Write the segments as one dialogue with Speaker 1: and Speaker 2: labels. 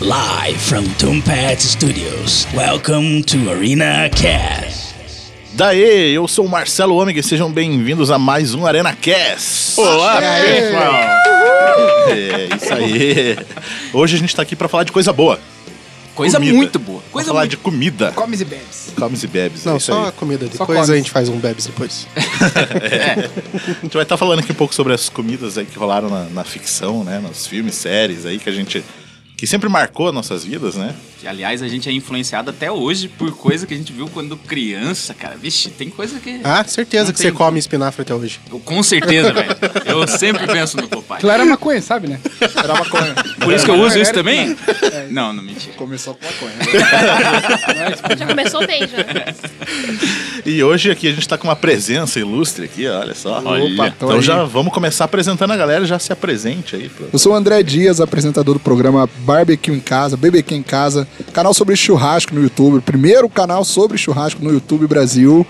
Speaker 1: Live from Tombat Studios. Welcome to Arena Cast.
Speaker 2: Daê, eu sou o Marcelo Ômega e sejam bem-vindos a mais um Arena Cast.
Speaker 3: Olá,
Speaker 4: Aê!
Speaker 3: pessoal!
Speaker 2: É, isso aí. Hoje a gente tá aqui pra falar de coisa boa.
Speaker 3: Coisa
Speaker 2: Comida.
Speaker 3: muito boa.
Speaker 2: Vamos
Speaker 3: Coisa
Speaker 2: falar
Speaker 3: muito
Speaker 2: de comida.
Speaker 4: Comes e bebes.
Speaker 2: Comes e bebes. é
Speaker 4: Não,
Speaker 2: isso
Speaker 4: só
Speaker 2: aí.
Speaker 4: a comida.
Speaker 3: Só
Speaker 4: Depois
Speaker 3: come.
Speaker 4: a gente faz um bebes depois.
Speaker 2: A gente vai estar falando aqui um pouco sobre as comidas aí que rolaram na, na ficção, né? Nos filmes, séries aí que a gente. que sempre marcou nossas vidas, né?
Speaker 3: Que, aliás, a gente é influenciado até hoje por coisa que a gente viu quando criança, cara. Vixe, tem coisa que.
Speaker 4: Ah, certeza
Speaker 3: Não
Speaker 4: que
Speaker 3: tem
Speaker 4: você come espinafre até hoje.
Speaker 3: Eu, com certeza, velho. Eu sempre penso no Popeye.
Speaker 5: Aquilo era maconha, sabe, né? Era maconha.
Speaker 3: Por isso que eu
Speaker 5: Não
Speaker 3: uso
Speaker 5: era
Speaker 3: isso também?
Speaker 5: espinafre.
Speaker 3: Não, não mentira.
Speaker 5: Começou com maconha.
Speaker 6: Já começou bem, já.
Speaker 2: E hoje aqui a gente tá com uma presença ilustre aqui, olha só.
Speaker 5: Opa, tô
Speaker 2: então
Speaker 5: aí.
Speaker 2: já vamos começar apresentando a galera, já se apresente aí. Pro...
Speaker 7: Eu sou o André Dias, apresentador do programa Barbecue em Casa, BBQ em Casa, canal sobre churrasco no YouTube, primeiro canal sobre churrasco no YouTube Brasil.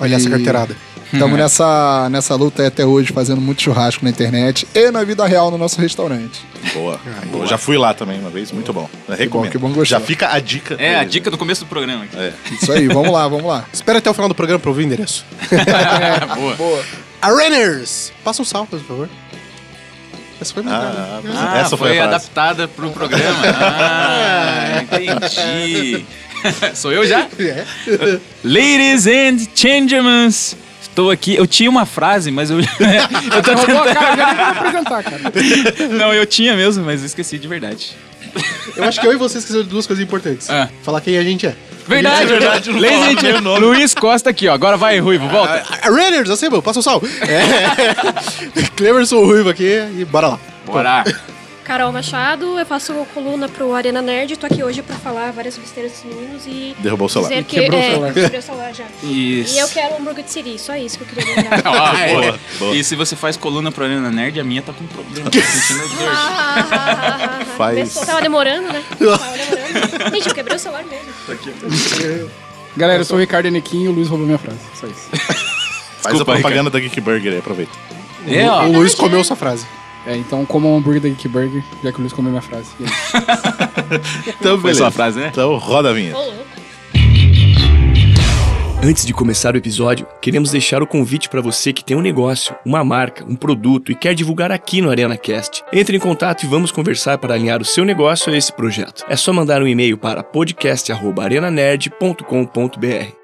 Speaker 4: Olha essa carteirada.
Speaker 7: Estamos nessa, nessa luta aí até hoje, fazendo muito churrasco na internet e na vida real no nosso restaurante.
Speaker 2: Boa. Boa. Já fui lá também uma vez, muito bom. Recomendo.
Speaker 7: que bom gostar.
Speaker 2: Já fica a dica.
Speaker 3: É, a dica do começo do programa aqui.
Speaker 7: Isso aí, vamos lá, vamos lá.
Speaker 4: Espera até o final do programa pra ouvir o endereço.
Speaker 5: É.
Speaker 3: Boa.
Speaker 4: Areners! Passa um salto, por favor. Essa foi minha cara.
Speaker 2: Ah,
Speaker 3: Ah,
Speaker 2: essa foi, a frase.
Speaker 3: adaptada pro programa. Ah, entendi. Sou eu já?
Speaker 4: É.
Speaker 3: Ladies and gentlemen, estou aqui. Eu tinha uma frase, mas eu, eu tô
Speaker 5: Roubou a
Speaker 3: tentando...
Speaker 5: cara, eu já nem vou apresentar, cara.
Speaker 3: Não, eu tinha mesmo, mas eu esqueci de verdade.
Speaker 4: Eu acho que eu e você esqueceu de duas coisas importantes.
Speaker 3: Ah.
Speaker 4: Falar quem a gente é.
Speaker 3: Verdade, verdade. Ladies and gentlemen, Luiz Costa aqui, ó. Agora vai, Ruivo, volta.
Speaker 4: Areners, assim, meu, passa um salto. É. Cleverson Ruivo aqui e bora lá.
Speaker 3: Bora.
Speaker 6: Carol Machado, eu faço coluna pro Arena Nerd. Tô aqui hoje pra falar várias besteiras dos meninos e
Speaker 2: Derrubou o celular.
Speaker 6: dizer que.
Speaker 5: Quebrou o
Speaker 6: é,
Speaker 5: celular.
Speaker 6: quebrei o celular já.
Speaker 3: Isso.
Speaker 6: E eu quero um hambúrguer de Siri, só isso que eu queria lembrar.
Speaker 3: Ah, boa,
Speaker 2: Boa, boa.
Speaker 3: E se você faz coluna pro Arena Nerd, a minha tá com problema. Tô sentindo
Speaker 6: Ah,
Speaker 3: dor.
Speaker 2: Faz-
Speaker 6: Começou, ah, tava demorando, né? Tava demorando. Gente, eu quebrei o celular mesmo.
Speaker 5: Galera, eu sou o Ricardo Enequim e o Luiz roubou minha frase. Só isso.
Speaker 2: Faz
Speaker 3: Desculpa,
Speaker 2: a propaganda da Geek Burger aí, aproveita.
Speaker 3: É,
Speaker 4: O
Speaker 3: ó.
Speaker 4: Luiz comeu sua frase.
Speaker 5: É, então coma um hambúrguer da Geek Burger, já que o Luiz comeu minha frase. E aí?
Speaker 2: Então,
Speaker 3: Foi só a frase, né?
Speaker 2: Então, roda a vinha.
Speaker 6: Ô, louco.
Speaker 8: Antes de começar o episódio, queremos deixar o convite para você que tem um negócio, uma marca, um produto e quer divulgar aqui no ArenaCast. Entre em contato e vamos conversar para alinhar o seu negócio a esse projeto. É só mandar um e-mail para podcast@arenanerd.com.br.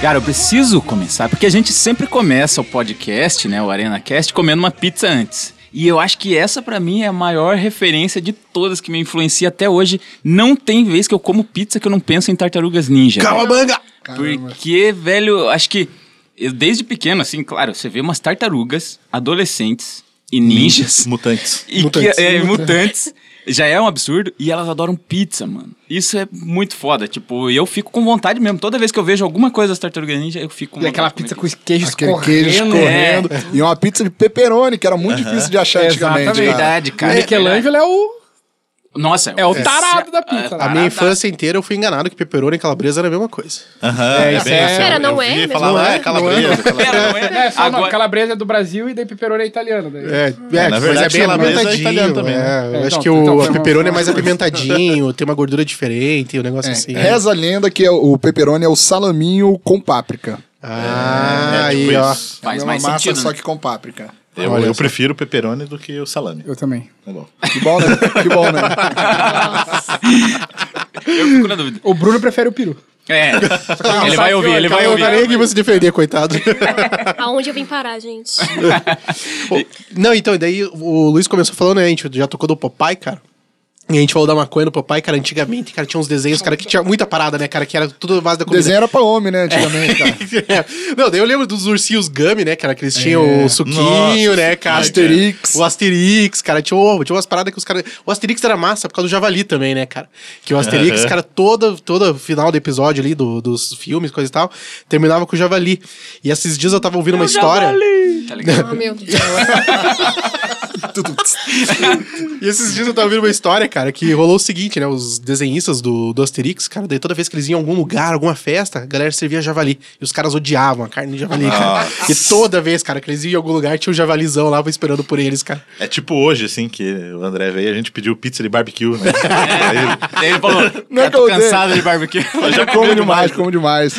Speaker 3: Cara, eu preciso começar, porque a gente sempre começa o podcast, né, o ArenaCast, comendo uma pizza antes. E eu acho que essa pra mim é a maior referência de todas que me influencia até hoje. Não tem vez que eu como pizza que eu não penso em Tartarugas Ninja.
Speaker 2: Calabanga!
Speaker 3: Porque, velho, acho que eu, desde pequeno, assim, claro, você vê umas tartarugas, adolescentes e ninjas.
Speaker 2: Mutantes.
Speaker 3: E
Speaker 4: Mutantes.
Speaker 3: que é, mutantes. Já é um absurdo. E elas adoram pizza, mano. Isso é muito foda. Tipo, e eu fico com vontade mesmo. Toda vez que eu vejo alguma coisa das Tartarugas Ninja, eu fico com
Speaker 5: E
Speaker 3: vontade
Speaker 5: aquela
Speaker 3: de comer
Speaker 5: pizza com queijo
Speaker 7: Aquele queijo
Speaker 5: escorrendo.
Speaker 3: né?
Speaker 7: escorrendo. E uma pizza de pepperoni, que era muito difícil de achar antigamente.
Speaker 3: É
Speaker 7: cara.
Speaker 3: verdade, cara.
Speaker 5: O Michelangelo é o,
Speaker 3: Nossa, tá
Speaker 5: é o tarado da pizza.
Speaker 4: A
Speaker 5: né?
Speaker 4: minha infância inteira eu fui enganado que pepperoni e calabresa era a mesma coisa.
Speaker 2: Aham, assim.
Speaker 5: É, isso é-
Speaker 6: Pera,
Speaker 2: Eu
Speaker 6: não
Speaker 2: vi
Speaker 6: é mesmo?
Speaker 2: falar,
Speaker 4: Não
Speaker 2: ah,
Speaker 4: é,
Speaker 2: é calabresa.
Speaker 3: Pera, não é?
Speaker 5: É, só Agora...
Speaker 3: Agora-
Speaker 5: calabresa é do Brasil e daí peperoni é italiano. Daí.
Speaker 4: É, é,
Speaker 2: na
Speaker 4: mas
Speaker 2: verdade,
Speaker 4: é bem
Speaker 2: calabresa é
Speaker 4: apimentadinho,
Speaker 2: italiano também,
Speaker 4: é.
Speaker 2: né?
Speaker 4: Eu
Speaker 5: É,
Speaker 4: acho
Speaker 5: então,
Speaker 4: que o
Speaker 5: então É, foi
Speaker 4: a
Speaker 5: uma-
Speaker 4: pepperoni é mais apimentadinho, tem uma gordura diferente, um negócio assim.
Speaker 7: Reza a lenda que o pepperoni é o salaminho com páprica.
Speaker 4: Ah,
Speaker 2: É, tipo
Speaker 4: aí, ó.
Speaker 2: isso.
Speaker 3: Faz
Speaker 7: é uma
Speaker 3: mais
Speaker 7: massa,
Speaker 3: sentido.
Speaker 7: só
Speaker 3: né?
Speaker 7: que com páprica.
Speaker 2: Eu,
Speaker 4: Olha
Speaker 2: eu
Speaker 4: só.
Speaker 2: prefiro o pepperoni do que o salame.
Speaker 5: Eu também.
Speaker 2: Tá bom.
Speaker 7: Que bom, né? Que bom, né?
Speaker 3: Eu fico na dúvida.
Speaker 5: O Bruno prefere o peru.
Speaker 3: É. Ele vai ouvir, ele vai
Speaker 4: Eu não
Speaker 3: ouvir.
Speaker 4: tá nem aqui pra se defender, coitado.
Speaker 6: Aonde eu vim parar, gente?
Speaker 4: Pô, não, então, e daí o Luiz começou falando, né, a gente já tocou do Popeye, cara. E a gente falou da maconha do papai, cara, antigamente, cara, tinha uns desenhos, cara, que tinha muita parada, né, cara, que era tudo base da
Speaker 7: O
Speaker 4: comida.
Speaker 7: desenho era pra homem, né, antigamente, cara.
Speaker 4: É. Não, daí eu lembro dos ursinhos Gummy, né, cara? Que eles tinham o suquinho,
Speaker 2: É. Nossa,
Speaker 4: né, cara?
Speaker 7: Asterix.
Speaker 4: O Asterix, cara. Tinha, oh, tinha umas paradas que os caras. O Asterix era massa por causa do Javali também, né, cara? Que o Asterix,
Speaker 2: Aham.
Speaker 4: cara, toda, toda final do episódio ali, do- dos filmes, coisa e tal, terminava com o Javali. E esses dias eu tava ouvindo uma história.
Speaker 6: Ah, meu Deus.
Speaker 4: E esses dias eu tava ouvindo uma história, cara, que rolou o seguinte, né? Os desenhistas do, do Asterix, cara, daí toda vez que eles iam em algum lugar, alguma festa, a galera servia javali. E os caras odiavam a carne de javali, cara. E toda vez, cara, que eles iam em algum lugar, tinha o um javalizão lá esperando por eles, cara.
Speaker 2: É tipo hoje, assim, que o André veio a gente pediu pizza de barbecue, né? Aí
Speaker 3: Daí ele falou,
Speaker 7: Não é
Speaker 3: eu
Speaker 7: que eu
Speaker 3: tô
Speaker 7: odeio.
Speaker 3: cansado de barbecue.
Speaker 7: Eu já como demais, como demais.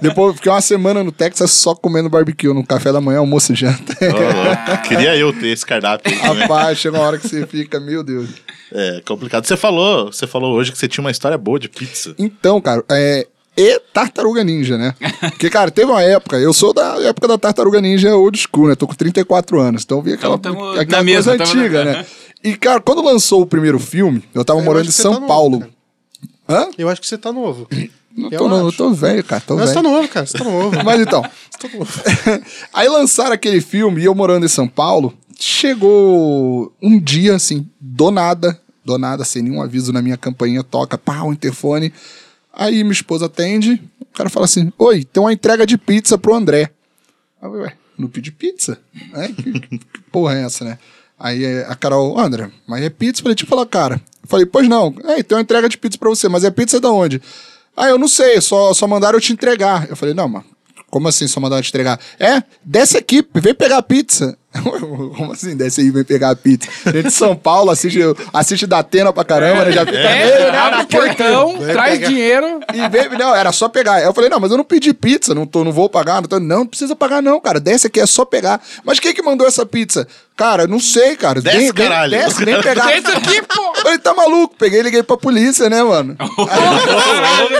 Speaker 7: Depois eu fiquei uma semana no Texas só comendo barbecue no café da manhã, almoço e janta.
Speaker 2: ele- Ô, louco, Queria eu ter esse cardápio. aí também.
Speaker 7: Rapaz, chega uma hora que você fica, meu Deus.
Speaker 2: É complicado. Você falou, você falou hoje que você tinha uma história boa de pizza.
Speaker 7: Então, cara, é. E Tartaruga Ninja, né? Porque, cara, teve uma época, eu sou da época da Tartaruga Ninja old school, né? Tô com 34 anos, então eu vi aquela,
Speaker 3: Então, tamo
Speaker 7: aquela
Speaker 3: na mesma,
Speaker 7: coisa
Speaker 3: tamo na-
Speaker 7: antiga, né? E, cara, quando lançou o primeiro filme, eu tava morando
Speaker 4: acho
Speaker 7: em
Speaker 4: que
Speaker 7: São
Speaker 4: você tá novo,
Speaker 7: Paulo. Hã?
Speaker 4: Eu acho que você tá novo.
Speaker 7: Não
Speaker 4: Eu
Speaker 7: tô, não, eu
Speaker 4: acho.
Speaker 7: tô velho, cara, tô
Speaker 4: Não, você
Speaker 7: velho.
Speaker 4: tá novo, cara. Você tá novo.
Speaker 7: Mas então. aí lançaram aquele filme e eu morando em São Paulo, chegou um dia assim, do nada, do nada, sem nenhum aviso na minha campainha, toca, pá, o interfone. Aí minha esposa atende, o cara fala assim: Oi, tem uma entrega de pizza pro André. Aí eu, ué, não pedi pizza? É, que, que- que porra é essa, né? Aí é, a Carol, "Ô, André, mas é pizza? Eu Falei, tipo, ela, cara. Eu falei, pois não, é, tem uma entrega de pizza pra você, mas é pizza da onde? Ah, eu não sei, só, só mandaram eu te entregar. Eu falei, não, mano, como assim só mandaram eu te entregar? É, desce aqui, vem pegar a pizza. como assim, desce aí, vem pegar a pizza? Gente de São Paulo, assiste, assiste da Atena pra caramba, né? Já fica meio, né?
Speaker 5: Abre o portão, traz dinheiro.
Speaker 7: E veio, não, era só pegar. Aí Eu falei, não, mas eu não pedi pizza, não, tô, não vou pagar. Não, tô, não, não precisa pagar, não, cara. Desce aqui, é só pegar. Mas quem que mandou essa pizza? Cara, não sei, cara.
Speaker 2: Desce,
Speaker 7: vem, vem,
Speaker 2: caralho.
Speaker 7: desce, vem pegar.
Speaker 5: Entra aqui, pô.
Speaker 7: Eu falei, tá maluco? Peguei e liguei pra polícia, né, mano?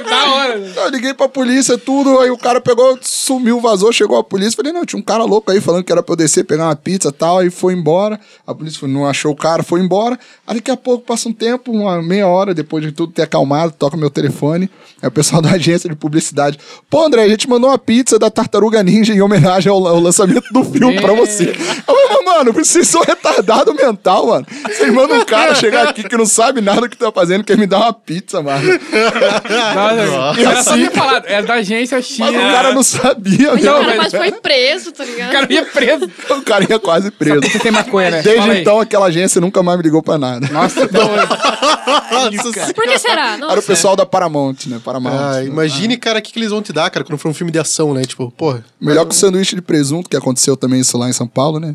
Speaker 5: Da hora. né?
Speaker 7: Eu liguei pra polícia, tudo. Aí o cara pegou, sumiu, vazou, chegou a polícia. Falei, não, tinha um cara louco aí falando que era pra eu descer, pegar uma pizza e tal. Aí foi embora. A polícia foi- não achou o cara, foi embora. Aí daqui a pouco passa um tempo, uma meia hora depois de tudo ter acalmado, toca meu telefone. É o pessoal da agência de publicidade. Pô, André, a gente mandou uma pizza da Tartaruga Ninja em homenagem ao, ao lançamento do filme pra você. Eu falei, "Mas, mano, vocês são retardados mental, mano. Vocês mandam um cara chegar aqui que não sabe nada do que tá fazendo, quer me dar uma pizza, mano.
Speaker 5: Nossa, Era só ter falado. É da agência X.
Speaker 7: Mas o cara não sabia,
Speaker 6: Mas o
Speaker 7: meu.
Speaker 6: cara quase foi preso, tá ligado?
Speaker 5: O cara ia preso.
Speaker 7: O cara ia quase preso.
Speaker 5: Você tem maconha, né?
Speaker 7: Desde
Speaker 5: Fala aí.
Speaker 7: então, aquela agência nunca mais me ligou pra nada.
Speaker 5: Nossa, então,
Speaker 6: Por que será? Nossa.
Speaker 7: Era o pessoal da Paramount, né? Paramount.
Speaker 4: Ah, imagine, cara, o que, que eles vão te dar, cara, quando for um filme de ação, né? Tipo, porra.
Speaker 7: Melhor que o sanduíche de presunto, que aconteceu também isso lá em São Paulo, né?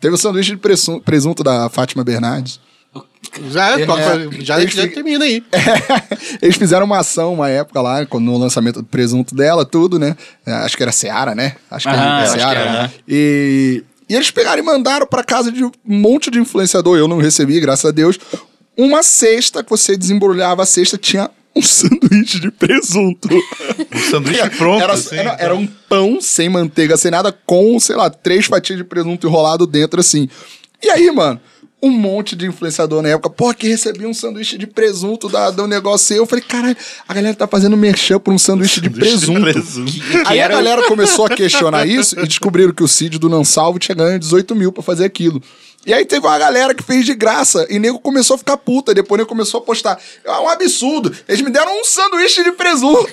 Speaker 7: Teve o sanduíche de presunto, presunto da Fátima Bernardes.
Speaker 4: Já,
Speaker 7: É.
Speaker 4: toca- já,
Speaker 7: Eles
Speaker 4: já
Speaker 7: ficam-
Speaker 4: termina aí.
Speaker 7: Eles fizeram uma ação uma época lá, quando- no lançamento do presunto dela, tudo, né? É, Acho que era Seara, né? Acho que
Speaker 3: Ah,
Speaker 7: era
Speaker 3: acho que
Speaker 7: Seara.
Speaker 3: era,
Speaker 7: né?
Speaker 3: né?
Speaker 7: E, e eles pegaram e mandaram pra casa de um monte de influenciador, eu não recebi, graças a Deus, uma cesta que você desembrulhava a cesta, tinha um sanduíche de presunto.
Speaker 2: Um sanduíche pronto,
Speaker 7: era,
Speaker 2: assim.
Speaker 7: era- era um pão sem manteiga, sem nada, com, sei lá, três fatias de presunto enrolado dentro, assim. E aí, mano, um monte de influenciador na época, pô, que recebi um sanduíche de presunto da, do negócio aí. Eu falei, caralho, a galera tá fazendo merchan por um sanduíche, de presunto. Aí a galera começou a questionar isso e descobriram que o Cid do Não Salvo tinha ganho 18 mil pra fazer aquilo. E aí teve uma galera que fez de graça e nego começou a ficar puta. e Depois nego começou a postar. É um absurdo. Eles me deram um sanduíche de presunto.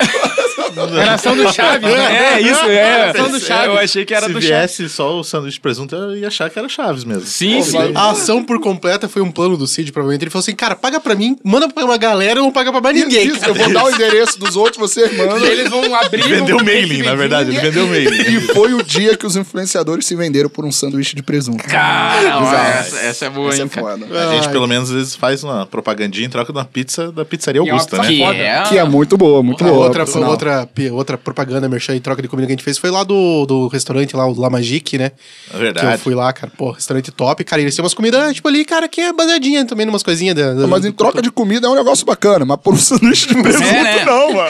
Speaker 5: era ação do Chaves, né?
Speaker 3: É, isso, é.
Speaker 5: Era ação do
Speaker 3: Eu
Speaker 5: Chaves.
Speaker 3: achei que era
Speaker 2: Se
Speaker 3: do Chaves.
Speaker 2: viesse só o sanduíche de presunto, eu ia achar que era Chaves mesmo.
Speaker 3: Sim, sim.
Speaker 4: A ação por completa foi um plano do Cid, provavelmente. Ele falou assim, cara, paga pra mim, manda pra uma galera, eu não paga pra mais ninguém.
Speaker 7: Isso, eu vou dar o endereço dos outros, vocês mandam.
Speaker 5: Eles vão abrir.
Speaker 2: Vendeu
Speaker 5: vão-
Speaker 2: mailing, na verdade. Ele vendeu mailing.
Speaker 7: E foi o dia que os influenciadores se venderam por um sanduíche de presunto.
Speaker 3: Cara, ó,
Speaker 7: Bizarro.
Speaker 3: essa, essa é boa,
Speaker 7: Isso
Speaker 3: hein,
Speaker 7: é
Speaker 3: cara.
Speaker 7: foda.
Speaker 2: A gente, pelo menos, às vezes faz uma propagandinha em troca de uma pizza da pizzaria Augusta, né?
Speaker 3: Que é,
Speaker 7: Que é muito boa, muito
Speaker 4: Ah,
Speaker 7: boa.
Speaker 4: outra,
Speaker 7: por sinal.
Speaker 4: outra, pi- outra propaganda, merchan e troca de comida que a gente fez foi lá do, do restaurante lá, o La Magique, né?
Speaker 2: É
Speaker 4: Que eu
Speaker 2: verdade.
Speaker 4: fui lá, cara. Pô, restaurante top, cara. E eles têm umas comidas, tipo, ali, cara, que é baseadinha também, umas coisinhas. Da, da-
Speaker 7: Mas em troca de comida é um negócio bacana, mas por um sanduíche de presunto
Speaker 3: né?
Speaker 7: não, mano.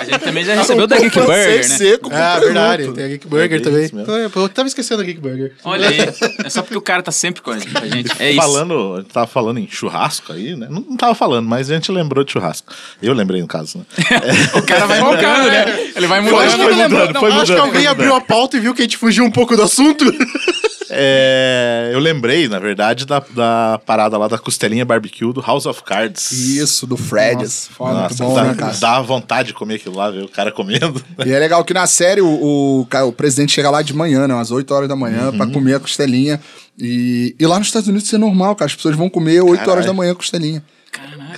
Speaker 3: a gente também
Speaker 5: Tá
Speaker 3: já recebeu da Geek Burger, né?
Speaker 7: seco com
Speaker 4: Ah,
Speaker 7: presunto.
Speaker 4: verdade. Tem a Geek Burger
Speaker 2: É
Speaker 4: também.
Speaker 2: isso mesmo.
Speaker 4: Ah, pô, Eu tava esquecendo a Geek Burger.
Speaker 3: Olha aí. É só porque o cara tá sempre com a gente. a gente. É isso.
Speaker 2: Falando, a gente tava falando em churrasco aí, né? Não, não tava falando, mas a gente lembrou de churrasco. Eu lembrei, no caso, né?
Speaker 3: O cara vai mudando, né? Ele vai
Speaker 4: Eu acho
Speaker 3: mudando.
Speaker 4: que
Speaker 2: foi
Speaker 4: ele lembrou-
Speaker 2: mudando,
Speaker 4: não,
Speaker 2: foi
Speaker 4: acho que
Speaker 2: mudando,
Speaker 4: alguém
Speaker 2: foi
Speaker 4: abriu a pauta e viu que a gente fugiu um pouco do assunto.
Speaker 2: É, eu lembrei, na verdade, da, da parada lá da costelinha barbecue do House of Cards.
Speaker 7: Isso, do Fred. Foda, muito
Speaker 2: Nossa, tá,
Speaker 7: bom,
Speaker 2: dá,
Speaker 7: né, cara?
Speaker 2: dá vontade de comer aquilo lá, ver o cara comendo.
Speaker 7: E é legal que na série o, o, ca- o presidente chega lá de manhã, né? Umas 8 horas da manhã,
Speaker 4: Uhum.
Speaker 7: pra comer a costelinha. E, e lá nos Estados Unidos isso é normal, cara. As pessoas vão comer 8
Speaker 2: Caralho.
Speaker 7: horas da manhã a costelinha.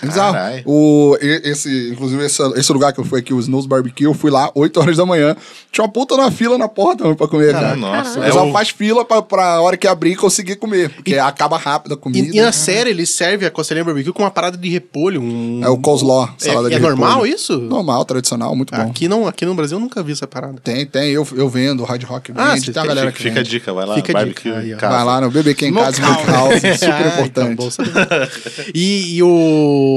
Speaker 7: É bizarro.
Speaker 2: Caralho.
Speaker 7: O, e- esse, inclusive, essa- esse lugar que eu fui aqui, o Snow's Barbecue, eu fui lá 8 horas da manhã. Tinha uma puta na fila na porta mano, pra comer, cara.
Speaker 2: Nossa,
Speaker 7: O
Speaker 2: é
Speaker 7: pessoal
Speaker 2: o-
Speaker 7: faz fila pra, pra hora que abrir conseguir comer. Porque acaba rápido a comida.
Speaker 4: E, assim, e na série ele serve a costelinha barbecue com uma parada de repolho. Um...
Speaker 7: É o coleslaw,
Speaker 4: É-
Speaker 7: salada
Speaker 4: é
Speaker 7: de
Speaker 4: normal
Speaker 7: repolho.
Speaker 4: isso?
Speaker 7: Normal, tradicional, muito bom.
Speaker 4: Aqui, não, aqui no Brasil eu nunca vi essa parada.
Speaker 7: Tem, tem. Eu, eu vendo, Hard Rock vende.
Speaker 4: Ah,
Speaker 7: tem
Speaker 4: você
Speaker 7: uma
Speaker 4: tem-
Speaker 7: galera que
Speaker 2: Fica, fica a
Speaker 7: vende.
Speaker 2: dica, vai lá,
Speaker 4: Fica a
Speaker 2: barbecue
Speaker 4: dica, aí, ó.
Speaker 2: casa.
Speaker 7: Vai lá no tá BBQ em casa,
Speaker 4: Smokehouse.
Speaker 7: Smokehouse, super
Speaker 4: Ah, então,
Speaker 7: importante.
Speaker 4: bom saber. e, e o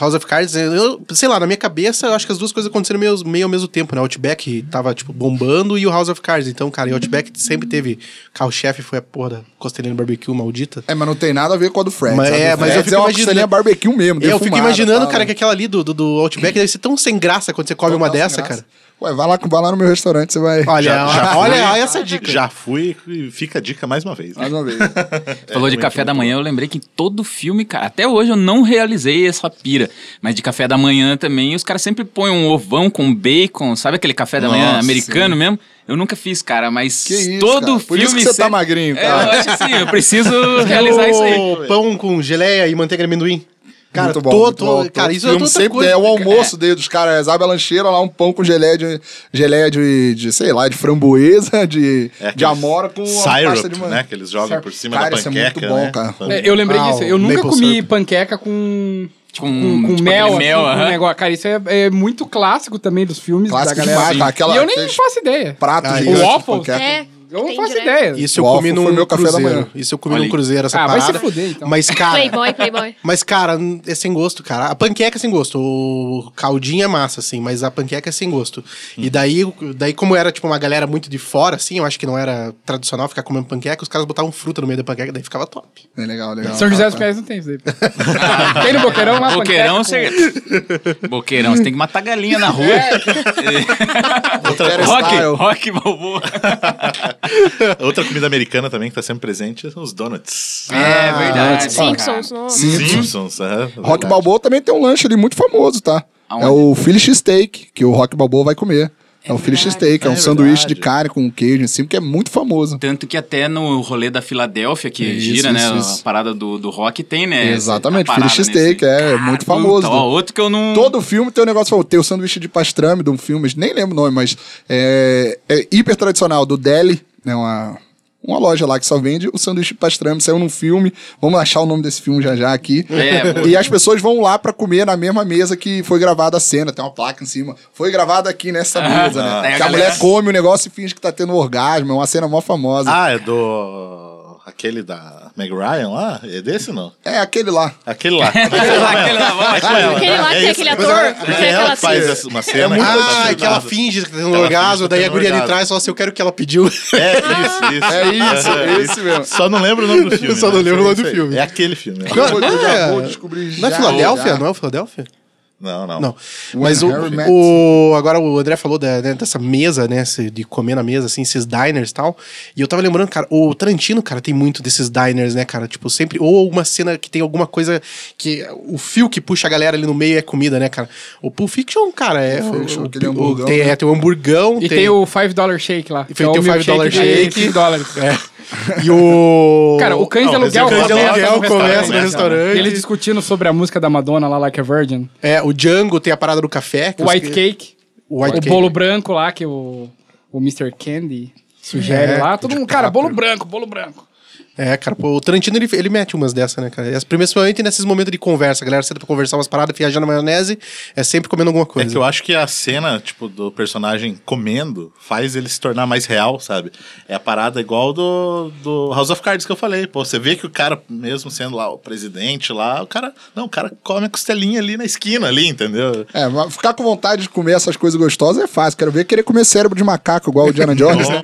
Speaker 4: House of Cards, eu, sei lá, na minha cabeça, eu acho que as duas coisas aconteceram meio, meio ao mesmo tempo, né? O Outback tava, tipo, bombando e o House of Cards. Então, cara, e o
Speaker 7: Uhum.
Speaker 4: Outback sempre teve. Carro-chefe foi a porra da costelinha do barbecue maldita.
Speaker 7: é, mas não tem nada a ver com a do Fred.
Speaker 4: Mas,
Speaker 7: sabe?
Speaker 4: é,
Speaker 7: O
Speaker 4: mas eu
Speaker 7: Fred's
Speaker 4: fico
Speaker 7: é uma
Speaker 4: imaginando- É,
Speaker 7: costelinha barbecue mesmo,
Speaker 4: eu fico
Speaker 7: defumada,
Speaker 4: imaginando,
Speaker 7: tal,
Speaker 4: cara,
Speaker 7: né?
Speaker 4: que é aquela ali do, do, do Outback deve ser tão sem graça quando você come uma
Speaker 7: Total
Speaker 4: dessa,
Speaker 7: sem graça.
Speaker 4: cara.
Speaker 7: Ué, vai lá, vai lá no meu restaurante, você vai...
Speaker 4: Olha, é
Speaker 2: já
Speaker 4: olha
Speaker 2: fui.
Speaker 4: essa dica.
Speaker 2: Já fui e fica a dica mais uma
Speaker 4: um
Speaker 2: vez. né?
Speaker 7: Mais uma vez.
Speaker 3: Falou de
Speaker 2: realmente
Speaker 3: café
Speaker 2: muito
Speaker 3: da manhã, eu lembrei que todo filme, cara, até hoje eu não realizei essa pira. Mas de café da manhã também, os caras sempre põem um ovão com bacon, sabe aquele café da manhã
Speaker 7: Nossa,
Speaker 3: americano mesmo? Eu nunca fiz, cara, mas
Speaker 7: Que isso,
Speaker 3: todo
Speaker 7: cara.
Speaker 3: filme.
Speaker 7: Por isso que você tá
Speaker 3: sempre-
Speaker 7: magrinho,
Speaker 3: É, eu
Speaker 7: cara.
Speaker 3: acho assim, eu preciso realizar isso aí.
Speaker 4: O Pão com geleia e manteiga de amendoim. Cara,
Speaker 7: muito bom,
Speaker 4: tô-
Speaker 7: muito
Speaker 4: tô-
Speaker 7: bom.
Speaker 4: cara,
Speaker 7: Todo
Speaker 4: isso é
Speaker 7: filme
Speaker 4: outra
Speaker 7: sempre
Speaker 4: coisa,
Speaker 7: É o
Speaker 4: cara.
Speaker 7: almoço dele dos caras, abre a lancheira lá, um pão com geleia de, geleia de, de, sei lá, de framboesa, de,
Speaker 2: É
Speaker 7: de amora com uma pasta de
Speaker 2: Syrup,
Speaker 7: manga.
Speaker 2: né? Que eles jogam por cima
Speaker 7: Cara,
Speaker 2: da
Speaker 7: isso é
Speaker 2: panqueca,
Speaker 7: muito bom,
Speaker 2: né?
Speaker 7: cara.
Speaker 2: Pan-
Speaker 5: É, eu lembrei
Speaker 4: Ah,
Speaker 5: disso.
Speaker 4: o
Speaker 5: Eu nunca
Speaker 4: maple
Speaker 5: comi
Speaker 4: syrup.
Speaker 5: panqueca com.
Speaker 3: Com,
Speaker 5: Com, com
Speaker 3: tipo,
Speaker 5: mel,
Speaker 3: aquele
Speaker 5: assim,
Speaker 3: mel,
Speaker 5: com
Speaker 3: aham.
Speaker 5: negócio. Cara, isso é, é muito clássico também dos filmes
Speaker 7: Clássico
Speaker 5: da galera. assim.
Speaker 7: demais, cara. Aquela-
Speaker 5: e eu nem
Speaker 7: aqueles
Speaker 5: faço ideia.
Speaker 7: Prato
Speaker 4: Ah,
Speaker 7: gigante
Speaker 5: o
Speaker 7: de né?
Speaker 5: waffle,
Speaker 7: panqueca.
Speaker 6: É.
Speaker 5: Eu não
Speaker 6: tem
Speaker 5: faço
Speaker 6: direto.
Speaker 5: ideia.
Speaker 4: Isso eu
Speaker 7: O
Speaker 4: comi
Speaker 7: waffle
Speaker 4: num
Speaker 7: foi meu café da
Speaker 4: cruzeiro.
Speaker 7: manhã.
Speaker 4: Isso eu comi
Speaker 3: Olha aí.
Speaker 4: num cruzeiro, essa
Speaker 5: Ah, vai
Speaker 4: parada.
Speaker 5: se fuder, então.
Speaker 4: Mas, cara...
Speaker 6: Playboy, playboy.
Speaker 4: Mas, cara, n- é sem gosto, cara. A panqueca é sem gosto. O caldinho é massa, assim, mas a panqueca é sem gosto.
Speaker 2: Uhum.
Speaker 4: E daí, daí, como era, tipo, uma galera muito de fora, assim, eu acho que não era tradicional ficar comendo panqueca, os caras botavam fruta no meio da panqueca, daí ficava top.
Speaker 7: É legal, legal.
Speaker 5: São José
Speaker 7: Cara,
Speaker 5: dos Pinhais não tem isso aí. tem no Boqueirão lá,
Speaker 3: Boqueirão,
Speaker 5: panqueca
Speaker 3: você. Boqueirão, você tem que matar galinha na rua.
Speaker 7: Outra
Speaker 3: rock,
Speaker 7: style.
Speaker 3: rock, bobo.
Speaker 2: Outra comida americana também que tá sempre presente são os donuts.
Speaker 7: Ah,
Speaker 3: é verdade.
Speaker 6: Simpsons,
Speaker 3: cara.
Speaker 6: nossa.
Speaker 2: Simpsons, aham,
Speaker 7: Rock
Speaker 2: É verdade.
Speaker 7: Balboa também tem um lanche ali muito famoso, tá?
Speaker 3: Aonde?
Speaker 7: É o Phillish Steak, que o Rock Balboa vai comer. É, o Phillish Steak, é, um
Speaker 2: É
Speaker 7: sanduíche
Speaker 2: verdade.
Speaker 7: de carne com queijo em cima, que é muito famoso.
Speaker 3: Tanto que até no rolê da Filadélfia, que
Speaker 7: Isso,
Speaker 3: gira, né?
Speaker 7: isso, isso.
Speaker 3: A parada do, do rock tem, né?
Speaker 7: Exatamente,
Speaker 3: a parada
Speaker 7: Phillish
Speaker 3: nesse-
Speaker 7: Steak, é muito famoso.
Speaker 3: Puta, ó, outro que eu não.
Speaker 7: Todo filme tem um negócio, famoso. tem o sanduíche de pastrame de um filme, nem lembro o nome, mas é, é hiper tradicional, do Deli, né, uma, uma loja lá que só vende o sanduíche de pastrame, saiu num filme, vamos achar o nome desse filme já já aqui.
Speaker 3: É, boa.
Speaker 7: e as pessoas vão lá pra comer na mesma mesa que foi gravada a cena, tem uma placa em cima, foi gravada aqui nessa mesa, né?
Speaker 3: Ah, tem a
Speaker 7: que a
Speaker 3: galera-
Speaker 7: mulher come o negócio e finge que tá tendo um orgasmo, é uma cena mó famosa.
Speaker 2: Ah, é do. Aquele da Meg Ryan lá? É desse não?
Speaker 7: É aquele lá.
Speaker 2: Aquele lá.
Speaker 3: Aquele lá, vai, vai.
Speaker 6: Aquele lá que tem aquele ator. que
Speaker 2: É
Speaker 6: tem
Speaker 2: ela
Speaker 6: aquela
Speaker 2: que faz
Speaker 6: cena.
Speaker 2: essa- uma cena.
Speaker 4: Ah,
Speaker 2: tá
Speaker 4: que ela
Speaker 2: sentado.
Speaker 4: finge que tá tendo
Speaker 2: Ela
Speaker 4: orgasmo,
Speaker 2: finge que tá
Speaker 4: daí a
Speaker 2: tendo
Speaker 4: guria de
Speaker 2: orgasmo.
Speaker 4: trás fala assim, eu quero o que ela pediu.
Speaker 2: É isso, isso.
Speaker 7: É isso, é esse mesmo.
Speaker 2: Só não lembro o nome do filme.
Speaker 4: Só não
Speaker 2: né?
Speaker 4: lembro o nome do
Speaker 2: É isso aí.
Speaker 4: filme.
Speaker 2: É aquele filme. né?
Speaker 7: Eu vou- eu já
Speaker 4: é-
Speaker 7: vou descobrir
Speaker 4: Não é
Speaker 7: já,
Speaker 4: Filadélfia?
Speaker 7: já.
Speaker 4: Não é o Filadélfia?
Speaker 2: Não, não.
Speaker 4: Não. Mas o,
Speaker 7: Harry Met.
Speaker 4: o- Agora o André falou da- né, dessa mesa, né? esse- De comer na mesa, assim, esses diners e tal. E eu tava lembrando, cara, o Tarantino, cara, tem muito desses diners, né, cara? Tipo, sempre. Ou alguma cena que tem alguma coisa que. O fio que puxa a galera ali no meio é comida, né, cara? O Pulp Fiction, cara, é.
Speaker 7: Pulp
Speaker 4: o-
Speaker 7: Fiction,
Speaker 4: o-
Speaker 7: aquele
Speaker 4: o-
Speaker 7: hamburgão,
Speaker 4: tem,
Speaker 7: né?
Speaker 4: é, tem o hamburgão.
Speaker 5: E tem o 5 Dollar Shake lá. é
Speaker 4: tem o $5 shake.
Speaker 5: 5 dólares.
Speaker 4: E o.
Speaker 5: Cara, o Cães de
Speaker 2: Não, mas
Speaker 5: Aluguel
Speaker 2: o Cães de
Speaker 5: começa
Speaker 4: Aluguel
Speaker 5: no restaurante.
Speaker 4: começa no restaurante.
Speaker 5: E Eles discutindo sobre a música da Madonna lá, Like a Virgin.
Speaker 4: É, o Django tem a parada do café. que
Speaker 5: O White
Speaker 4: os-
Speaker 5: Cake.
Speaker 4: O White
Speaker 5: o
Speaker 4: Cake.
Speaker 5: bolo branco lá, que o, o Mr. Candy sugere
Speaker 4: É,
Speaker 5: lá. Todo mundo, cara, bolo branco, bolo branco.
Speaker 4: É, cara, pô, o Tarantino ele, ele mete umas dessa, né, cara? E as- Principalmente nesses momentos de conversa, a galera senta pra conversar umas paradas, viajar na maionese, é sempre comendo alguma
Speaker 2: É
Speaker 4: coisa.
Speaker 2: que eu acho que a cena, tipo, do personagem comendo faz ele se tornar mais real, sabe? É a parada igual do, do House of Cards que eu falei. Pô, você vê que o cara, mesmo sendo lá o presidente lá, o cara. Não, o cara come a costelinha ali na esquina ali, entendeu?
Speaker 7: É, mas ficar com vontade de comer essas coisas gostosas é fácil. Quero ver querer comer cérebro de macaco igual o Diana Jones. né?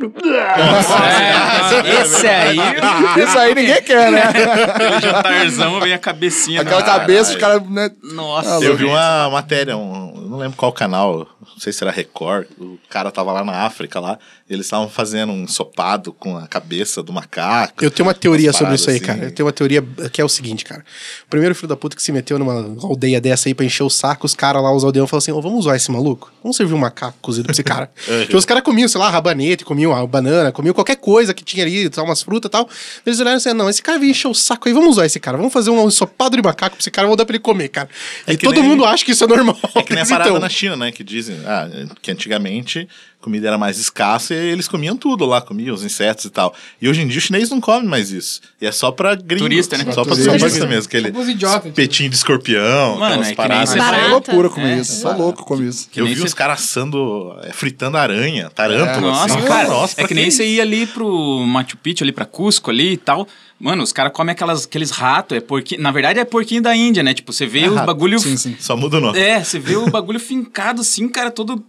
Speaker 3: É, esse aí.
Speaker 7: Isso aí ninguém quer, né?
Speaker 3: Aquele jantarzão vem a cabecinha.
Speaker 7: Aquela
Speaker 3: na-
Speaker 7: cabeça, os caras. Né?
Speaker 3: Nossa,
Speaker 2: Eu vi uma matéria, um, eu não lembro qual canal, não sei se era Record, o cara tava lá na África lá, eles estavam fazendo um ensopado com a cabeça do macaco.
Speaker 4: Eu tenho uma teoria
Speaker 2: umas
Speaker 4: sobre
Speaker 2: paradas
Speaker 4: isso aí,
Speaker 2: assim.
Speaker 4: cara. Eu tenho uma teoria que é o seguinte, cara. O primeiro filho da puta que se meteu numa aldeia dessa aí pra encher o saco, os caras lá, os aldeões, falaram assim: Ô, vamos usar esse maluco? Vamos servir um macaco cozido pra esse cara. Porque os caras comiam, sei lá, rabanete, comiam a banana, comiam qualquer coisa que tinha ali, tal, umas frutas e tal. Eles olharam assim: não, esse cara veio encher o saco aí, vamos usar esse cara. Vamos fazer um ensopado de macaco pra esse cara, vamos dar pra ele comer, cara.
Speaker 2: É
Speaker 4: e
Speaker 2: que
Speaker 4: todo
Speaker 2: nem-
Speaker 4: mundo acha que isso é normal.
Speaker 2: É que nem a
Speaker 4: Mas
Speaker 2: parada
Speaker 4: então,
Speaker 2: na China, né? Que dizem ah, que antigamente comida era mais escassa e eles comiam tudo lá, comiam os insetos e tal. E hoje em dia o chinês não come mais isso. E é só pra gringo.
Speaker 3: Turista, né?
Speaker 2: Só pra
Speaker 7: Turista.
Speaker 2: turista, mesmo. Aquele
Speaker 5: Só pros idiotas, tipo.
Speaker 2: petinho de escorpião, aquelas
Speaker 3: Mano, é que nem
Speaker 2: paradas.
Speaker 3: você
Speaker 7: Isso é
Speaker 6: Barata.
Speaker 7: loucura comer isso. Sou
Speaker 2: barata.
Speaker 7: louco comer isso.
Speaker 2: Eu
Speaker 3: nem
Speaker 2: vi
Speaker 3: você-
Speaker 2: os caras assando, é, fritando aranha, tarântula,
Speaker 3: Nossa,
Speaker 2: assim.
Speaker 3: cara, é
Speaker 2: pra
Speaker 3: que nem você ia ali pro Machu Picchu, ali pra Cusco ali e tal. Mano, os caras comem aquelas, aqueles ratos, é porquinho. Na verdade é porquinho da Índia, né? Tipo, você vê o
Speaker 2: rato,
Speaker 3: bagulho.
Speaker 7: É Sim, sim.
Speaker 2: Só muda o nome.
Speaker 3: É, você vê o bagulho fincado assim, cara, todo.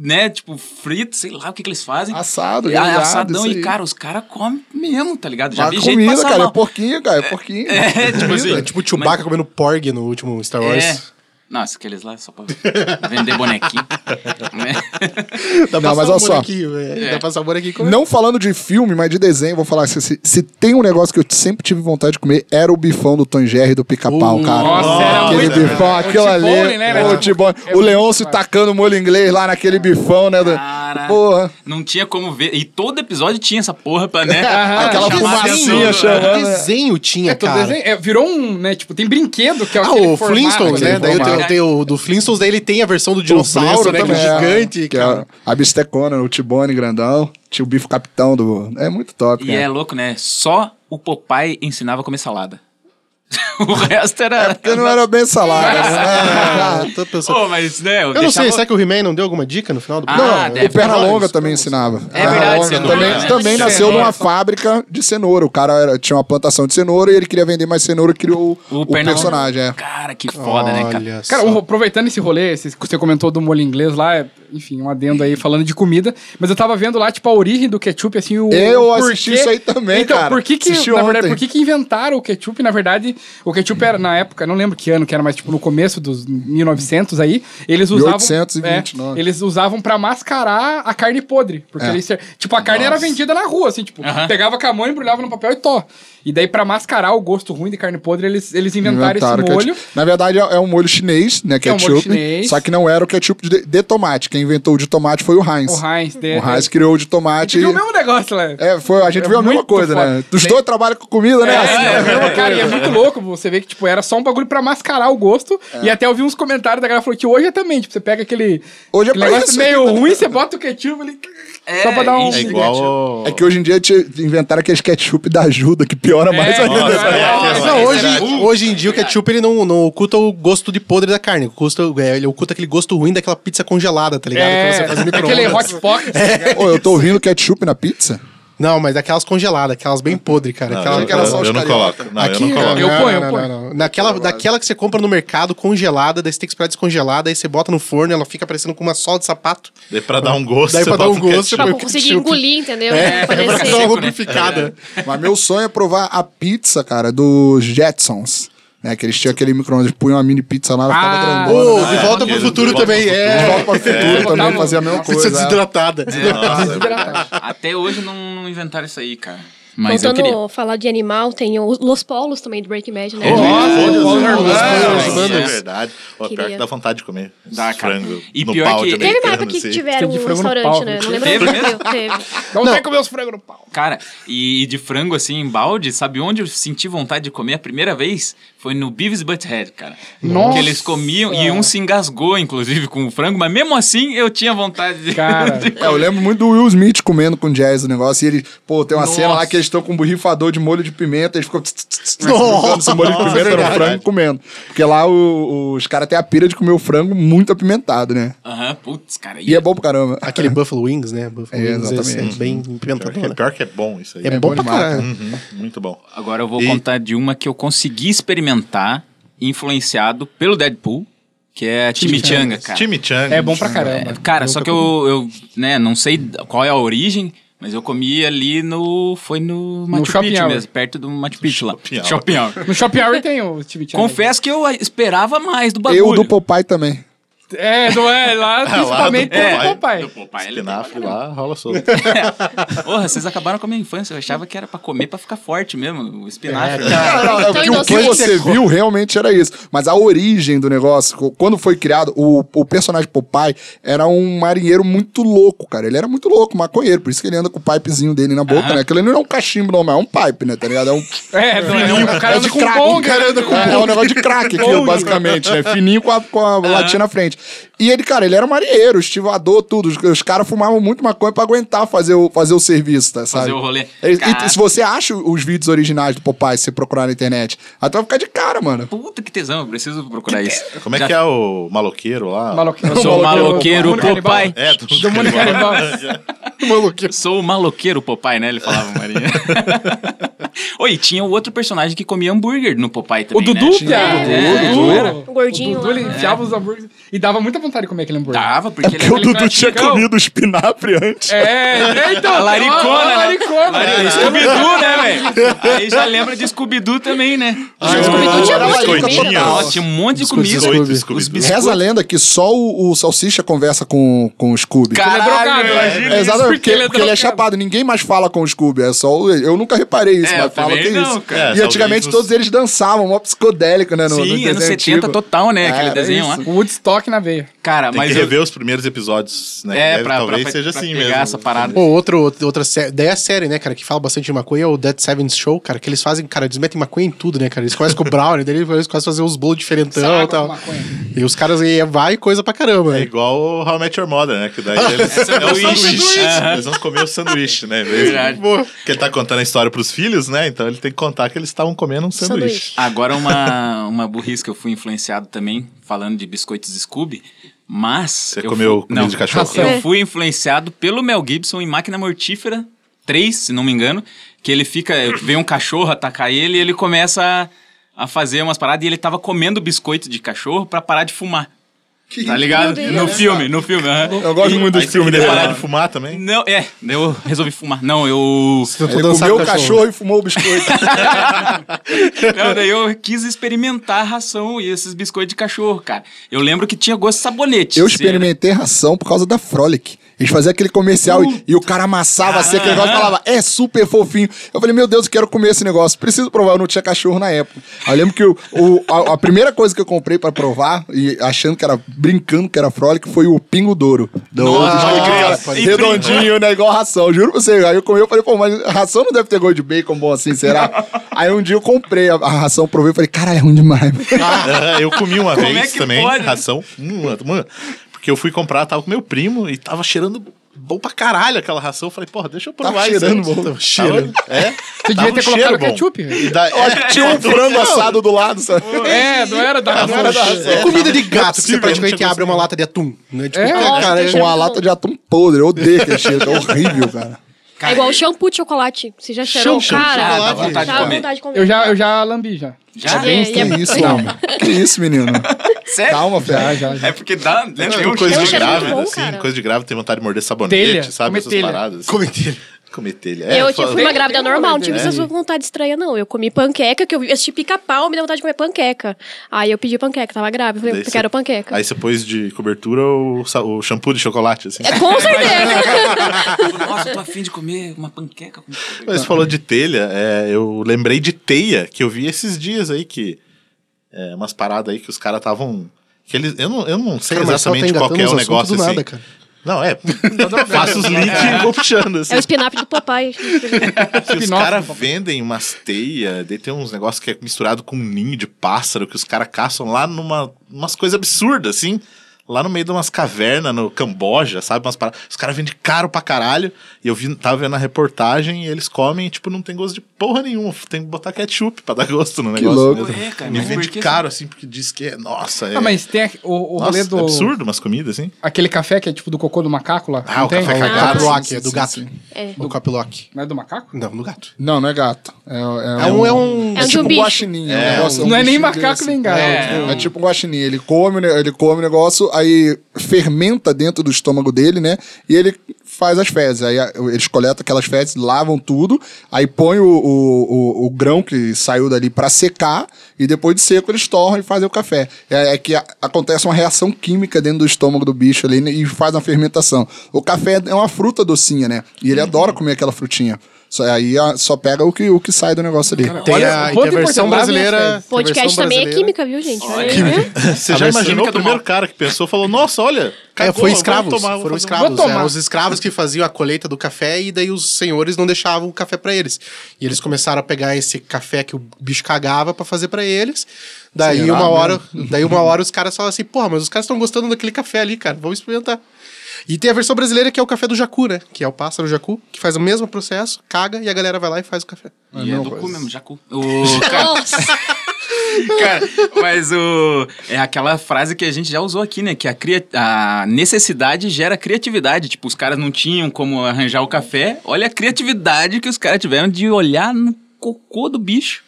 Speaker 3: Né, tipo, frito, sei lá o que, que eles fazem.
Speaker 7: Assado,
Speaker 3: É,
Speaker 7: grelhado,
Speaker 3: assadão
Speaker 7: isso
Speaker 3: e,
Speaker 7: aí.
Speaker 3: cara, os caras comem mesmo, tá ligado? Já
Speaker 7: Mas
Speaker 3: vi gente
Speaker 7: comida,
Speaker 3: passar
Speaker 7: cara. É
Speaker 3: mal.
Speaker 7: porquinho, cara. É porquinho.
Speaker 3: É, tipo assim.
Speaker 4: É tipo o Chewbacca comendo porg no último Star Wars.
Speaker 3: É. Nossa, aqueles lá é só pra vender bonequinho. Né?
Speaker 4: Dá
Speaker 7: Não,
Speaker 4: pra
Speaker 7: mas
Speaker 4: sabor
Speaker 7: olha só.
Speaker 4: aqui, velho. é, Dá pra sabor aqui e
Speaker 5: é
Speaker 4: comer.
Speaker 7: Não falando de filme, mas de desenho, vou falar. Se, se, se tem um negócio que eu sempre tive vontade de comer, era o bifão do Tom Jerry e do pica-pau, cara.
Speaker 5: nossa, era
Speaker 7: aquele
Speaker 5: muito
Speaker 7: bifão,
Speaker 5: bom.
Speaker 7: aquilo
Speaker 5: O
Speaker 7: ali.
Speaker 5: T-Bone, né,
Speaker 7: o
Speaker 5: velho?
Speaker 7: T-Bone.
Speaker 5: É
Speaker 7: o
Speaker 5: muito
Speaker 7: Leôncio
Speaker 5: bom.
Speaker 7: tacando molho inglês lá naquele bifão, né? do-
Speaker 3: Cara.
Speaker 7: Porra.
Speaker 3: Não tinha como ver. E todo episódio tinha essa porra, pra, né?
Speaker 7: Aquela
Speaker 3: Chamar
Speaker 4: Desenho,
Speaker 7: fumacinha
Speaker 3: atenção.
Speaker 7: chamando,
Speaker 4: cara.
Speaker 7: né?
Speaker 4: Desenho tinha,
Speaker 5: É, todo
Speaker 4: cara.
Speaker 5: desenho- é, virou um, né? Tipo, tem brinquedo que é
Speaker 4: Ah,
Speaker 5: aquele
Speaker 4: o
Speaker 5: formato,
Speaker 4: Flintstones,
Speaker 5: aquele
Speaker 4: né? Daí tem,
Speaker 5: formato.
Speaker 4: tem o do Flintstones, daí ele tem a versão do dinossauro, né? Que é gigante,
Speaker 7: que é
Speaker 4: cara.
Speaker 7: a bistecona, o T-Bone grandão, tinha o bife capitão do... É muito top,
Speaker 3: E
Speaker 7: cara.
Speaker 3: é louco, né? Só o Popeye ensinava a comer salada. o resto era.
Speaker 7: É Porque não era bem salada, né?
Speaker 4: Ah, tô pensando-
Speaker 3: Pô, mas, né? Eu,
Speaker 4: Eu não sei,
Speaker 3: deixava-
Speaker 4: será que o He-Man não deu alguma dica no final do
Speaker 3: Ah,
Speaker 4: programa?
Speaker 3: deve
Speaker 7: o Pernalonga também ensinava.
Speaker 3: É verdade,
Speaker 7: Pernalonga
Speaker 3: cenoura,
Speaker 7: também,
Speaker 3: né?
Speaker 7: também
Speaker 3: Cenoura.
Speaker 7: nasceu numa fábrica de cenoura. O cara era- tinha uma plantação de cenoura e ele queria vender mais cenoura e criou o,
Speaker 3: Pernalonga-
Speaker 7: personagem. É.
Speaker 3: Cara, que foda, né, cara?
Speaker 4: Olha
Speaker 5: Cara,
Speaker 4: só.
Speaker 5: o- aproveitando esse rolê, esse que você comentou do molho inglês lá, é, enfim, um adendo aí falando de comida, mas eu tava vendo lá, tipo, a origem do ketchup, assim, o.
Speaker 7: Eu
Speaker 5: o
Speaker 7: assisti
Speaker 5: porquê-
Speaker 7: isso aí também,
Speaker 5: então,
Speaker 7: cara.
Speaker 5: Por que que,
Speaker 7: Assisti
Speaker 5: na verdade,
Speaker 7: ontem.
Speaker 5: por que que inventaram o ketchup? Na verdade, o ketchup era, na época, não lembro que ano que era, mas, tipo, no começo dos 1900 aí, eles usavam.
Speaker 7: 1829.
Speaker 5: É, eles usavam pra mascarar a carne podre. Porque
Speaker 7: É.
Speaker 5: eles, tipo, a carne era vendida na rua, assim, tipo, pegava com a mão, embrulhava no papel e tó. E daí, pra mascarar o gosto ruim de carne podre, eles, eles inventaram,
Speaker 7: Inventaram
Speaker 5: esse molho.
Speaker 7: ketchup. Na verdade, é é um molho chinês, né?
Speaker 5: Que é um
Speaker 7: Ketchup.
Speaker 5: molho chinês.
Speaker 7: Só que não era o ketchup de, de tomate. Quem inventou o de tomate foi o Heinz.
Speaker 5: O Heinz, de-
Speaker 7: O Heinz criou o de
Speaker 5: A
Speaker 7: tomate.
Speaker 5: gente viu o mesmo negócio né? lá.
Speaker 7: É, foi, a gente viu a mesma
Speaker 5: muito
Speaker 7: coisa,
Speaker 5: foda.
Speaker 7: né? Os
Speaker 5: Tem-
Speaker 7: dois trabalham com comida, né? Assim,
Speaker 5: É,
Speaker 7: né?
Speaker 5: é, cara, e é muito louco você ver que, tipo, era só um bagulho pra mascarar o gosto.
Speaker 7: É.
Speaker 5: E até eu vi uns comentários da galera falando que hoje é também, tipo, você pega aquele,
Speaker 7: Hoje é
Speaker 5: aquele
Speaker 7: pra
Speaker 5: negócio
Speaker 7: isso.
Speaker 5: meio ruim, você bota o ketchup ali, só pra dar um...
Speaker 2: É igual.
Speaker 7: É que hoje em dia te- inventaram aqueles ketchup da ajuda, que piora mais ainda.
Speaker 2: Nossa, é, aquela-
Speaker 4: Não, hoje,
Speaker 5: um
Speaker 4: hoje em dia o ketchup ele não, não oculta o gosto de podre da carne. Oculta, é, ele oculta aquele gosto ruim daquela pizza congelada, tá ligado?
Speaker 5: É,
Speaker 4: que você faz no
Speaker 5: aquele
Speaker 4: micro-ondas.
Speaker 5: hot pocket.
Speaker 7: Ô, eu tô ouvindo ketchup na pizza?
Speaker 4: Não, mas aquelas congeladas, aquelas bem podre, cara.
Speaker 2: Não,
Speaker 4: aquela,
Speaker 2: eu-
Speaker 4: aquela
Speaker 2: eu-
Speaker 4: salsa
Speaker 2: eu não
Speaker 4: carioca.
Speaker 2: coloco. Não, eu não coloco.
Speaker 5: Eu ponho, eu
Speaker 4: não,
Speaker 5: ponho.
Speaker 4: não, não. Daquela, daquela que você compra no mercado, congelada, daí você tem que esperar descongelada, aí você bota no forno, ela fica parecendo com uma sola de sapato.
Speaker 2: Daí pra dar um gosto.
Speaker 4: Daí
Speaker 2: você
Speaker 4: pra dar
Speaker 2: bota
Speaker 4: um gosto,
Speaker 2: ketchup.
Speaker 4: põe
Speaker 6: Pra
Speaker 4: o
Speaker 6: conseguir
Speaker 4: ketchup.
Speaker 6: engolir, entendeu?
Speaker 4: É, pra
Speaker 6: Parecer.
Speaker 4: dar uma
Speaker 5: né?
Speaker 4: lubrificada.
Speaker 7: Mas meu sonho é provar a pizza, cara, dos Jetsons. Né, que eles tinham aquele micro-ondas, punham uma mini pizza lá, ela ficava
Speaker 5: Ah.
Speaker 4: Ô,
Speaker 7: grandona. né?
Speaker 4: de volta
Speaker 2: aquele
Speaker 4: pro
Speaker 2: do
Speaker 4: futuro
Speaker 2: Volta pro
Speaker 4: também, é.
Speaker 7: De volta pro futuro também fazia a mesma
Speaker 4: Pizza
Speaker 7: coisa. é.
Speaker 4: desidratada.
Speaker 3: É, Até hoje não, não inventaram isso aí, cara. Mas eu queria.
Speaker 6: Voltando a falar de animal, tem os Los Polos também do Breaking Bad, né?
Speaker 2: Nossa,
Speaker 3: Nossa,
Speaker 2: é
Speaker 3: é.
Speaker 2: verdade. Ó, pior
Speaker 6: Queria.
Speaker 2: que dá vontade de comer. esse
Speaker 3: Dá, cara.
Speaker 2: frango.
Speaker 3: E
Speaker 2: no
Speaker 3: pior
Speaker 2: pau
Speaker 3: que-
Speaker 2: de
Speaker 6: Teve uma
Speaker 2: americano,
Speaker 6: época que,
Speaker 2: assim.
Speaker 6: tiveram
Speaker 5: Tem de
Speaker 6: um
Speaker 5: frango no
Speaker 6: restaurante,
Speaker 5: pau,
Speaker 6: né?
Speaker 5: né?
Speaker 6: Não lembro
Speaker 3: Teve
Speaker 6: onde que teve.
Speaker 5: Não, Então, tem que comer os frangos no pau.
Speaker 3: Cara, e, e de frango assim, em balde, sabe onde eu senti vontade de comer a primeira vez? Foi no Beavis Butthead, cara.
Speaker 5: Nossa.
Speaker 3: Que eles comiam e um se engasgou, inclusive, com o frango, mas mesmo assim eu tinha vontade de.
Speaker 5: Cara.
Speaker 3: de-
Speaker 7: É, eu lembro muito do Will Smith comendo com jazz o negócio. E ele, pô, tem uma
Speaker 3: Nossa.
Speaker 7: cena lá que eles estão com um borrifador de molho de pimenta. Eles ficam. tss, tss, tss, brincando se o molho de pimenta era um frango comendo. Porque lá o- os caras têm a pira de comer o frango muito apimentado, né?
Speaker 3: Aham, putz, cara.
Speaker 7: E é bom pra caramba.
Speaker 4: Aquele Buffalo Wings, né? Buffalo
Speaker 7: É,
Speaker 4: Wings esse
Speaker 7: exatamente.
Speaker 4: é bem
Speaker 2: Pior
Speaker 4: pimentado.
Speaker 2: que,
Speaker 4: né?
Speaker 2: é, pior que é bom isso aí.
Speaker 4: É, bom pra
Speaker 7: demais,
Speaker 4: caralho.
Speaker 2: Uhum, muito bom.
Speaker 3: Agora eu vou
Speaker 2: E-
Speaker 3: contar de uma que eu consegui experimentar, influenciado pelo Deadpool, que é a chimichanga, cara.
Speaker 2: Chimichanga.
Speaker 5: É bom pra
Speaker 3: É,
Speaker 5: caramba.
Speaker 3: Cara, só que eu, eu né, não sei qual é a origem, mas eu comi ali no. Foi no Machu
Speaker 5: shopping
Speaker 3: Picchu
Speaker 5: hour.
Speaker 3: mesmo, perto do Machu Picchu lá.
Speaker 2: shopping hour.
Speaker 3: Shopping hour.
Speaker 5: é. No Shopping Hour tem o Steve Chan.
Speaker 3: Confesso que eu esperava mais do bagulho.
Speaker 7: Eu do Popeye também.
Speaker 5: É, não é? Lá principalmente tem
Speaker 2: Popeye.
Speaker 5: o Popeye.
Speaker 3: Do Popeye, ele
Speaker 2: Espinafre lá, rola solto.
Speaker 3: Porra, vocês acabaram com a minha infância. Eu achava que era pra comer pra ficar forte mesmo. O espinafre.
Speaker 7: Não, não,
Speaker 6: Então,
Speaker 7: porque o que
Speaker 6: inocente.
Speaker 7: você viu realmente era isso. Mas a origem do negócio, co- quando foi criado, o, o personagem Popeye era um marinheiro muito louco, cara. Ele era muito louco, maconheiro. Por isso que ele anda com o pipezinho dele na boca, né? Aquilo ali não é um cachimbo normal, é um pipe, né? Tá ligado? É um,
Speaker 5: É, não é? O cara
Speaker 7: é
Speaker 5: anda
Speaker 7: de
Speaker 5: com
Speaker 7: crack.
Speaker 5: bong,
Speaker 7: um cara anda com
Speaker 5: né?
Speaker 7: é, um negócio de crack aquilo, basicamente, né? Fininho com a, com a latinha na frente. E ele, cara, ele era marinheiro, estivador, tudo. Os, os caras fumavam muito maconha pra aguentar fazer o, fazer o serviço, tá? Sabe?
Speaker 3: Fazer o rolê.
Speaker 7: E- e
Speaker 3: Cara.
Speaker 7: se você acha os vídeos originais do Popeye, se você procurar na internet, até vai ficar de cara, mano.
Speaker 3: Puta que tesão, eu preciso procurar isso.
Speaker 2: Como é que é o maloqueiro lá?
Speaker 5: Maloqueiro.
Speaker 3: Eu sou o maloqueiro
Speaker 5: Mundo canibal.
Speaker 3: Popeye.
Speaker 2: É, do,
Speaker 5: Do mundo canibal.
Speaker 3: Eu Sou o maloqueiro Popeye, né? Ele falava, Marinha. Oi, tinha o outro personagem que comia hambúrguer no Popeye
Speaker 5: O
Speaker 3: também.
Speaker 5: Dudu,
Speaker 3: né?
Speaker 5: piada.
Speaker 3: É,
Speaker 5: Dudu.
Speaker 6: O gordinho
Speaker 5: O Dudu, ele
Speaker 6: lá.
Speaker 5: enfiava os hambúrgueres. E dava muita vontade de comer aquele hambúrguer.
Speaker 3: Dava, porque
Speaker 2: É
Speaker 3: ele
Speaker 7: Porque
Speaker 3: era.
Speaker 7: o
Speaker 5: aquele
Speaker 7: um Dudu
Speaker 5: cara
Speaker 7: tinha
Speaker 5: chegão.
Speaker 7: comido espinafre antes.
Speaker 5: É, então.
Speaker 3: A laricona,
Speaker 5: a
Speaker 3: né?
Speaker 5: laricona. É,
Speaker 3: Marinha, Scooby-Doo, né, velho? Aí já lembra de Scooby-Doo também, né?
Speaker 6: Scooby-Doo tinha um monte de
Speaker 2: biscoitinho.
Speaker 6: comida.
Speaker 3: Nossa, tinha um monte de comida.
Speaker 2: Biscoito,
Speaker 3: Os
Speaker 2: Scooby-Doo.
Speaker 3: biscoitos.
Speaker 7: Reza a lenda que só o, o Salsicha conversa com, com o Scooby.
Speaker 5: drogado,
Speaker 3: Caralho,
Speaker 5: né?
Speaker 3: imagina.
Speaker 7: É, Exatamente, porque, porque ele é,
Speaker 5: drogado.
Speaker 7: chapado, ninguém mais fala com o Scooby, é só o- eu nunca reparei isso,
Speaker 3: É, eu
Speaker 7: mas fala
Speaker 3: também
Speaker 7: que é
Speaker 3: não,
Speaker 7: isso.
Speaker 3: cara.
Speaker 2: É,
Speaker 7: e
Speaker 2: talvez
Speaker 7: antigamente
Speaker 2: os-
Speaker 7: todos eles dançavam, mó psicodélico, né, no, no
Speaker 3: Sim,
Speaker 7: desenho
Speaker 3: anos 70
Speaker 7: antigo.
Speaker 3: total, né? Aquele
Speaker 7: É,
Speaker 3: desenho
Speaker 7: é
Speaker 3: lá.
Speaker 5: O Woodstock na veia.
Speaker 3: Cara,
Speaker 2: Tem
Speaker 3: mas
Speaker 2: que
Speaker 3: eu.
Speaker 2: rever os primeiros episódios, né?
Speaker 3: É,
Speaker 2: Deve-
Speaker 3: pra,
Speaker 2: talvez
Speaker 3: pra,
Speaker 2: seja
Speaker 3: pra
Speaker 2: assim
Speaker 3: pegar
Speaker 2: mesmo.
Speaker 3: essa parada.
Speaker 4: Pô, outro, outra série. Daí a série, né, cara, que fala bastante de maconha, é o Dead Sevens Show, cara, que eles fazem, cara, eles metem maconha em tudo, né, cara? Eles começam com o brownie, daí eles começam a fazer uns bolos diferentão
Speaker 5: Sarro
Speaker 4: e
Speaker 5: com
Speaker 4: tal.
Speaker 5: maconha.
Speaker 4: E os caras aí vai coisa pra caramba,
Speaker 2: É
Speaker 4: né?
Speaker 2: igual o How I Met Your Mother, né? Que daí eles, é, o
Speaker 3: sanduíche.
Speaker 2: sanduíche.
Speaker 3: Aham.
Speaker 2: Eles vão comer o sanduíche, né? Verdade.
Speaker 3: Verdade.
Speaker 2: Porque ele tá contando a história pros filhos, né? Então ele tem que contar que eles estavam comendo um sanduíche.
Speaker 3: Agora uma, uma burrice que eu fui influenciado também, falando de biscoitos Scooby, mas...
Speaker 2: Você
Speaker 3: eu
Speaker 2: comeu
Speaker 3: fui-
Speaker 2: comida de cachorro?
Speaker 3: Eu
Speaker 6: É.
Speaker 3: fui influenciado pelo Mel Gibson em Máquina Mortífera 3, se não me engano, que ele fica... Vem um cachorro atacar ele e ele começa a, a fazer umas paradas e ele tava comendo biscoito de cachorro pra parar de fumar. Tá ligado?
Speaker 6: Meu
Speaker 3: No
Speaker 6: Deus.
Speaker 3: filme, no filme. aham.
Speaker 7: Eu gosto muito
Speaker 2: Aí
Speaker 7: dos
Speaker 2: você
Speaker 7: filmes
Speaker 2: queria
Speaker 7: dele.
Speaker 2: parar de fumar também?
Speaker 3: Não, é, eu resolvi fumar. Não, eu...
Speaker 2: tá
Speaker 7: Ele comeu o cachorro e fumou o biscoito.
Speaker 3: Não, daí eu quis experimentar a ração e esses biscoitos de cachorro, cara. Eu lembro que tinha gosto de sabonete.
Speaker 7: Eu
Speaker 3: Você era-
Speaker 7: experimentei ração por causa da Frolic. Eles faziam aquele comercial e, e o cara amassava assim, aquele negócio e falava, é super fofinho. Eu falei, meu Deus, eu quero comer esse negócio. Preciso provar, eu não tinha cachorro na época. Aí eu lembro que o, o- a, a primeira coisa que eu comprei pra provar, e achando que era, brincando que era Frolic, foi o Pingo Douro. Do,
Speaker 3: Nossa,
Speaker 7: do-
Speaker 3: pode crer.
Speaker 7: cara,
Speaker 3: E
Speaker 7: redondinho, né? Igual ração, juro pra você. Aí eu comi, eu falei, pô, mas ração não deve ter gosto de bacon bom assim, será? Aí um dia eu comprei a, a ração, provei, falei, caralho, é ruim demais.
Speaker 2: Ah, eu comi uma
Speaker 3: Como
Speaker 2: vez
Speaker 3: é que
Speaker 2: também,
Speaker 3: pode, né?
Speaker 2: ração. Uma, uma, porque eu fui comprar, tava com meu primo e tava cheirando bom pra caralho aquela ração. Eu falei, porra, deixa eu provar
Speaker 7: Tava
Speaker 2: isso. aí.
Speaker 7: cheirando bom. Tava cheirando.
Speaker 2: Tava- É.
Speaker 5: Você devia ter colocado ketchup.
Speaker 2: E daí-
Speaker 7: Ó, Tinha um frango assado do lado, sabe?
Speaker 5: É, não era da
Speaker 2: não era da ração.
Speaker 4: É comida de gato que
Speaker 2: possível,
Speaker 4: você praticamente
Speaker 2: eu não
Speaker 4: abre uma lata de atum. Né? Tipo,
Speaker 5: É,
Speaker 4: cara,
Speaker 6: nossa,
Speaker 4: cara,
Speaker 6: tem
Speaker 7: Com a lata de atum podre. Eu odeio aquele cheiro. É horrível, cara.
Speaker 6: É igual shampoo de chocolate. Você já cheirou?
Speaker 4: Shampoo de
Speaker 6: Cara,
Speaker 3: chocolate. Dá vontade de
Speaker 6: dá
Speaker 3: comer.
Speaker 6: vontade de comer.
Speaker 5: Eu já, eu já lambi, já.
Speaker 3: Já?
Speaker 6: É,
Speaker 7: Que
Speaker 6: e é-
Speaker 7: isso, homem? Que isso, menino?
Speaker 3: Sério?
Speaker 7: Calma,
Speaker 5: Já,
Speaker 7: Ferrari.
Speaker 5: já, já.
Speaker 3: É porque dá... Né, tem um
Speaker 2: Tipo, coisa
Speaker 6: eu
Speaker 2: de
Speaker 6: achei muito
Speaker 2: grávida,
Speaker 6: bom,
Speaker 2: assim,
Speaker 6: cara.
Speaker 2: coisa de grávida, tem vontade de morder sabonete,
Speaker 5: Telha,
Speaker 2: sabe?
Speaker 5: comer
Speaker 2: Essas
Speaker 5: telha.
Speaker 2: paradas. Assim.
Speaker 4: Comer telha.
Speaker 2: Comer telha. É,
Speaker 6: Eu
Speaker 2: fala-
Speaker 6: tipo, fui uma grávida normal, não tive
Speaker 2: né?
Speaker 6: essas
Speaker 5: é.
Speaker 6: vontades estranhas, não. Eu comi panqueca, que eu vi- assisti pica-pau, me deu vontade de comer panqueca. Aí eu pedi panqueca, tava grávida. Falei,
Speaker 2: Daí
Speaker 6: eu
Speaker 2: você-
Speaker 6: quero panqueca.
Speaker 2: Aí você pôs de cobertura o, sa- o shampoo de chocolate, assim.
Speaker 6: É, com certeza.
Speaker 3: Nossa, eu tô afim de comer uma panqueca com...
Speaker 2: Mas você falou de telha, é, eu lembrei de teia que eu vi esses dias aí, que. É, umas paradas aí que os caras estavam. Que eles, eu, não, eu não sei
Speaker 4: Cara, mas só tá
Speaker 2: exatamente qual
Speaker 4: engatando
Speaker 2: que é
Speaker 4: os
Speaker 2: o
Speaker 4: assuntos
Speaker 2: negócio
Speaker 4: do
Speaker 2: assim.
Speaker 4: nada, cara.
Speaker 2: Não, é. Faça os links e vou puxando. Assim.
Speaker 6: É o spin-up do papai.
Speaker 2: Se os
Speaker 5: Spin-off,
Speaker 2: caras vendem umas teias, daí tem uns negócios que é misturado com um ninho de pássaro que os caras caçam lá numa umas coisas absurdas, assim. Lá no meio de umas cavernas no Camboja, sabe? Umas paradas. Os caras vendem caro pra caralho. E eu vi, tava vendo a reportagem e eles comem e, tipo, não tem gosto de porra nenhuma. Tem que botar ketchup pra dar gosto no negócio
Speaker 7: louco.
Speaker 2: mesmo.
Speaker 3: É, cara,
Speaker 2: Me
Speaker 3: mas por
Speaker 2: vende
Speaker 3: que-
Speaker 2: caro, assim, porque diz que é. Nossa, é.
Speaker 5: Ah, mas tem a- o, o
Speaker 2: nossa, é
Speaker 5: rolê do.
Speaker 2: absurdo umas comidas, assim.
Speaker 5: Aquele café que é tipo do cocô do macaco lá.
Speaker 2: Ah,
Speaker 5: não
Speaker 2: o
Speaker 5: tem?
Speaker 2: café
Speaker 4: O
Speaker 2: cagado.
Speaker 4: Capilock, é do gato.
Speaker 6: É.
Speaker 4: O Capilock.
Speaker 5: Não é do macaco?
Speaker 4: Não, do gato.
Speaker 7: Não, não é gato. É,
Speaker 4: É um. É um...
Speaker 6: É um de
Speaker 7: tipo
Speaker 6: um
Speaker 7: um
Speaker 6: bicho.
Speaker 7: guaxinim. É, um
Speaker 2: É,
Speaker 7: negócio, é um
Speaker 5: não é nem
Speaker 7: bichinho
Speaker 5: macaco
Speaker 7: desse.
Speaker 5: nem gato.
Speaker 3: É,
Speaker 7: É tipo um guaxinim, ele come, o ne- ele come o negócio, aí fermenta dentro do estômago dele, né? E ele faz as fezes. Aí a- eles coletam aquelas fezes, lavam tudo, aí põe o, o, o- o grão que saiu dali pra secar, e depois de seco eles torram e fazem o café. É, é que a- acontece uma reação química dentro do estômago do bicho ali né? e faz uma fermentação. O café é uma fruta docinha, né? E
Speaker 5: Uhum.
Speaker 7: ele adora comer aquela frutinha. Só, aí a- só pega o que, o que sai do negócio ali.
Speaker 4: Tem
Speaker 5: Olha,
Speaker 4: a, e tem a
Speaker 5: quanto
Speaker 4: versão
Speaker 5: importava
Speaker 4: brasileira.
Speaker 5: minhas
Speaker 4: tem a
Speaker 5: fezes.
Speaker 6: Podcast
Speaker 4: versão
Speaker 6: também é
Speaker 4: brasileira.
Speaker 6: química, viu, gente? Olha,
Speaker 2: Você já
Speaker 4: versão
Speaker 2: imaginou
Speaker 3: química
Speaker 2: o
Speaker 3: do
Speaker 2: primeiro
Speaker 3: mal.
Speaker 2: cara que pensou falou: Nossa, olha.
Speaker 4: É,
Speaker 2: cagou,
Speaker 4: foi
Speaker 2: eu vou
Speaker 4: escravos,
Speaker 2: tomar, vou
Speaker 4: foram
Speaker 2: fazer um-
Speaker 4: escravos,
Speaker 5: Vou tomar.
Speaker 4: eram os escravos que faziam a colheita do café e daí os senhores não deixavam o café pra eles. E eles começaram a pegar esse café que o bicho cagava pra fazer pra eles. Daí
Speaker 7: Será,
Speaker 4: uma
Speaker 7: né?
Speaker 4: hora, daí uma hora os caras falaram assim: "Porra, mas os caras estão gostando daquele café ali, cara. Vamos experimentar". E tem a versão brasileira que é o café do jacu, né? Que é o pássaro jacu, que faz o mesmo processo, caga e a galera vai lá e faz o café.
Speaker 3: E é
Speaker 7: Não,
Speaker 3: do cu
Speaker 7: mas-
Speaker 3: mesmo, jacu. O cara, cara, mas o. É aquela frase que a gente já usou aqui, né? Que a, cria- a necessidade gera criatividade. Tipo, os caras não tinham como arranjar o café. Olha a criatividade que os caras tiveram de olhar no cocô do bicho.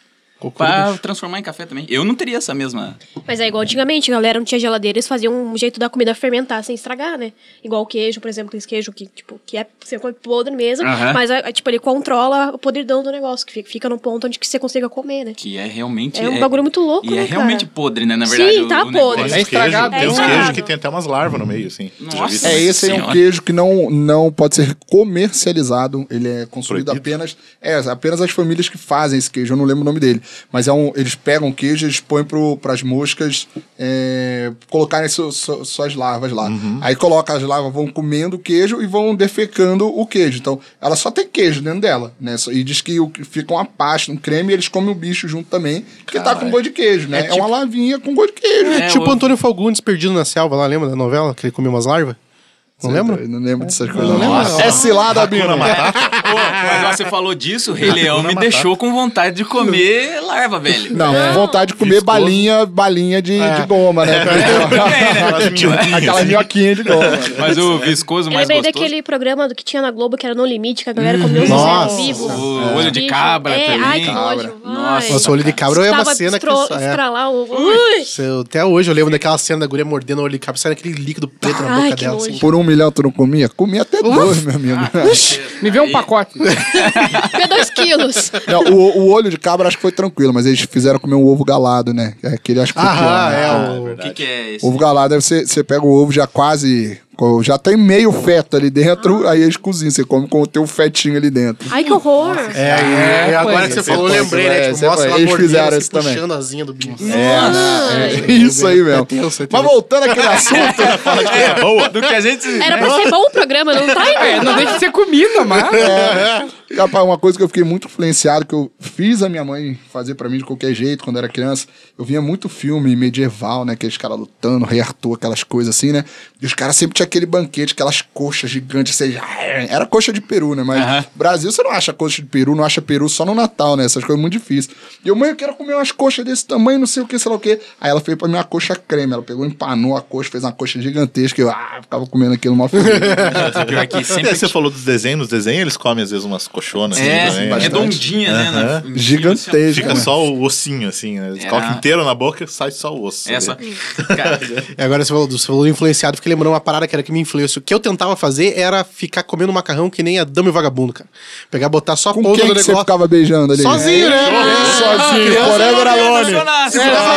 Speaker 3: pra transformar em café também. Eu não teria essa mesma.
Speaker 6: Mas é igual antigamente, a galera não tinha geladeira, eles faziam um jeito da comida fermentar sem estragar, né? Igual o queijo, por exemplo, esse queijo que, tipo, que é você come podre mesmo,
Speaker 3: Aham.
Speaker 6: mas é, é, tipo, ele controla o podridão do negócio, que fica- fica num ponto onde que você consiga comer, né?
Speaker 3: Que é realmente.
Speaker 6: É um bagulho muito louco,
Speaker 3: E
Speaker 6: né,
Speaker 3: é
Speaker 6: cara?
Speaker 3: realmente podre, né? Na verdade.
Speaker 6: Sim, tá podre.
Speaker 3: negócio.
Speaker 5: É estragado,
Speaker 2: Tem
Speaker 6: é
Speaker 2: uns queijos
Speaker 6: estragado.
Speaker 2: que tem até umas larvas no meio, assim. Você já viu isso?
Speaker 3: Nossa.
Speaker 7: É, esse aí é um
Speaker 3: Senhora.
Speaker 7: queijo que não, não pode ser comercializado, ele é consumido
Speaker 2: Proibido.
Speaker 7: apenas é, apenas as famílias que fazem esse queijo, eu não lembro o nome dele. Mas é um, eles pegam o queijo e põem para as moscas é, colocarem su- su- suas larvas lá. Aí coloca as larvas, vão comendo o queijo e vão defecando o queijo. Então, ela só tem queijo dentro dela, né? Só- E diz que o, que fica uma pasta, um creme, e eles comem o bicho junto também, que tá com gosto de queijo, né? É, uma lavinha com gosto de queijo.
Speaker 3: É,
Speaker 4: tipo
Speaker 3: o-
Speaker 4: o Antônio Fagundes perdido na selva lá, lembra da novela que ele comia umas larvas? Não lembra?
Speaker 7: Eu Não lembro dessas coisas.
Speaker 4: lembro,
Speaker 7: não.
Speaker 4: não.
Speaker 7: É cilada, Bino.
Speaker 3: Pô, mas ó, você falou disso, Rei Leão me deixou com vontade de comer larva, velho.
Speaker 7: Não, vontade de comer balinha, balinha de, de goma, né?
Speaker 2: Aquelas minhoquinhas,
Speaker 7: Aquela
Speaker 2: assim.
Speaker 7: né? minhoquinha de goma. né?
Speaker 3: Mas o viscoso
Speaker 6: Eu
Speaker 3: mais
Speaker 6: lembrei
Speaker 3: gostoso.
Speaker 6: daquele programa do que tinha na Globo, que era No Limite, que a galera comeu os
Speaker 4: Hum, Nossa.
Speaker 6: ao vivo.
Speaker 3: O olho de
Speaker 6: Bicho.
Speaker 3: cabra
Speaker 6: é,
Speaker 3: também.
Speaker 6: Ai, que
Speaker 7: Cabra.
Speaker 6: nojo.
Speaker 3: Nossa,
Speaker 6: Ai.
Speaker 4: Nossa, o olho de cabra é uma
Speaker 6: Tava
Speaker 4: cena que
Speaker 6: estro-
Speaker 4: sa- é.
Speaker 6: estralar o... Ui!
Speaker 4: Se eu- até hoje eu lembro daquela cena da guria mordendo o olho de cabra, saindo aquele líquido preto na
Speaker 6: Ai,
Speaker 4: boca
Speaker 6: Ah, que
Speaker 4: dela.
Speaker 6: nojo.
Speaker 4: Assim.
Speaker 7: Por um milhão tu não comia? Comia até dois, meu amigo.
Speaker 5: Me vê um pacote.
Speaker 6: Vê dois quilos.
Speaker 7: Não, o, o olho de cabra acho que foi tranquilo, mas eles fizeram comer um ovo galado, né? É aquele acho que foi pior,
Speaker 4: Ah,
Speaker 7: né?
Speaker 4: é,
Speaker 2: É
Speaker 4: o...
Speaker 3: O que,
Speaker 2: verdade.
Speaker 3: que é esse?
Speaker 7: Ovo galado, aí você, você pega o ovo já quase. Já tem meio feto ali dentro, aí eles cozinham. Você come com o teu fetinho ali dentro. né?
Speaker 6: Ai, que horror.
Speaker 4: É, é, agora que você falou, eu
Speaker 7: coisa,
Speaker 4: lembrei, né?
Speaker 7: é,
Speaker 4: Tipo,
Speaker 7: você
Speaker 4: nossa,
Speaker 7: foi.
Speaker 4: ela
Speaker 7: Eles
Speaker 4: mordendo,
Speaker 7: fizeram
Speaker 4: assim,
Speaker 7: isso também.
Speaker 4: puxando a asinha do assim. bicho.
Speaker 7: É, isso aí mesmo.
Speaker 4: tenso, é
Speaker 7: Mas
Speaker 4: tenso.
Speaker 7: voltando àquele assunto,
Speaker 3: Do que a gente.
Speaker 6: Era pra ser bom o programa, não tá indo.
Speaker 5: É, não deixa de ser comida, mano.
Speaker 2: É.
Speaker 7: Rapaz, uma coisa que eu fiquei muito influenciado, que eu fiz a minha mãe fazer pra mim de qualquer jeito quando era criança. Eu via muito filme medieval, né? Aqueles caras lutando, rei Arthur, aquelas coisas assim, né? E os caras sempre tinham aquele banquete, aquelas coxas gigantes, assim, era coxa de peru, né? Mas
Speaker 3: Aham.
Speaker 7: no Brasil você não acha coxa de peru, não acha peru só no Natal, né? Essas coisas muito difíceis. E eu, mãe, eu quero comer umas coxas desse tamanho, não sei o que, sei lá o que. Aí ela fez pra mim uma coxa creme. Ela pegou, empanou a coxa, fez uma coxa gigantesca. Eu ah, ficava comendo aquilo mó feliz.
Speaker 3: Pior que sempre.
Speaker 2: É, Você falou dos desenhos, nos desenhos eles comem às vezes umas coxonas. assim,
Speaker 3: É,
Speaker 2: também,
Speaker 7: bastante.
Speaker 3: redondinha, né? na- em cima,
Speaker 7: Gigantesca. né.
Speaker 2: Fica só o ossinho, assim, né? Eles
Speaker 3: É.
Speaker 2: colocam inteiro na boca e sai só o osso. né?
Speaker 3: assim, ó. Essa. Cara,
Speaker 4: E É, agora você falou, do- você falou do influenciado, fiquei lembrando uma parada que era que me influenciou. O que eu tentava fazer era ficar comendo macarrão que nem a dama e o vagabundo, cara. Pegar, botar só a
Speaker 7: Com
Speaker 4: ponta
Speaker 7: quem
Speaker 4: do
Speaker 7: que você
Speaker 4: negócio.
Speaker 7: ficava beijando ali?
Speaker 4: Sozinho, né?
Speaker 7: Sozinho, forever alone.
Speaker 4: É,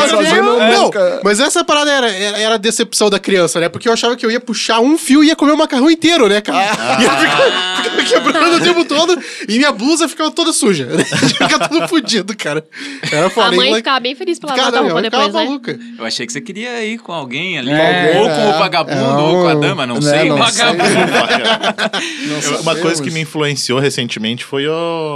Speaker 7: sozinho
Speaker 4: não,
Speaker 7: não,
Speaker 4: não,
Speaker 7: cara.
Speaker 4: mas essa parada era, era, era a decepção da criança, né? Porque eu achava que eu ia puxar um fio e ia comer o macarrão inteiro, né, cara? E eu ficava, ficava quebrando o tempo todo. E minha blusa ficava toda suja. ficava tudo fodido, cara. Era
Speaker 6: A
Speaker 4: foda. hein,
Speaker 6: mãe
Speaker 4: moleque?
Speaker 6: ficava bem feliz pela
Speaker 4: Caramba,
Speaker 6: nota roupa
Speaker 4: eu ficava
Speaker 6: depois, né?
Speaker 4: maluca.
Speaker 3: Eu achei que você queria ir com alguém ali.
Speaker 5: É,
Speaker 3: ou com o vagabundo, ou com a dama, não,
Speaker 7: Não,
Speaker 3: sei.
Speaker 7: não sei.
Speaker 3: vagabundo.
Speaker 2: Eu- é. Uma coisa que me influenciou recentemente foi o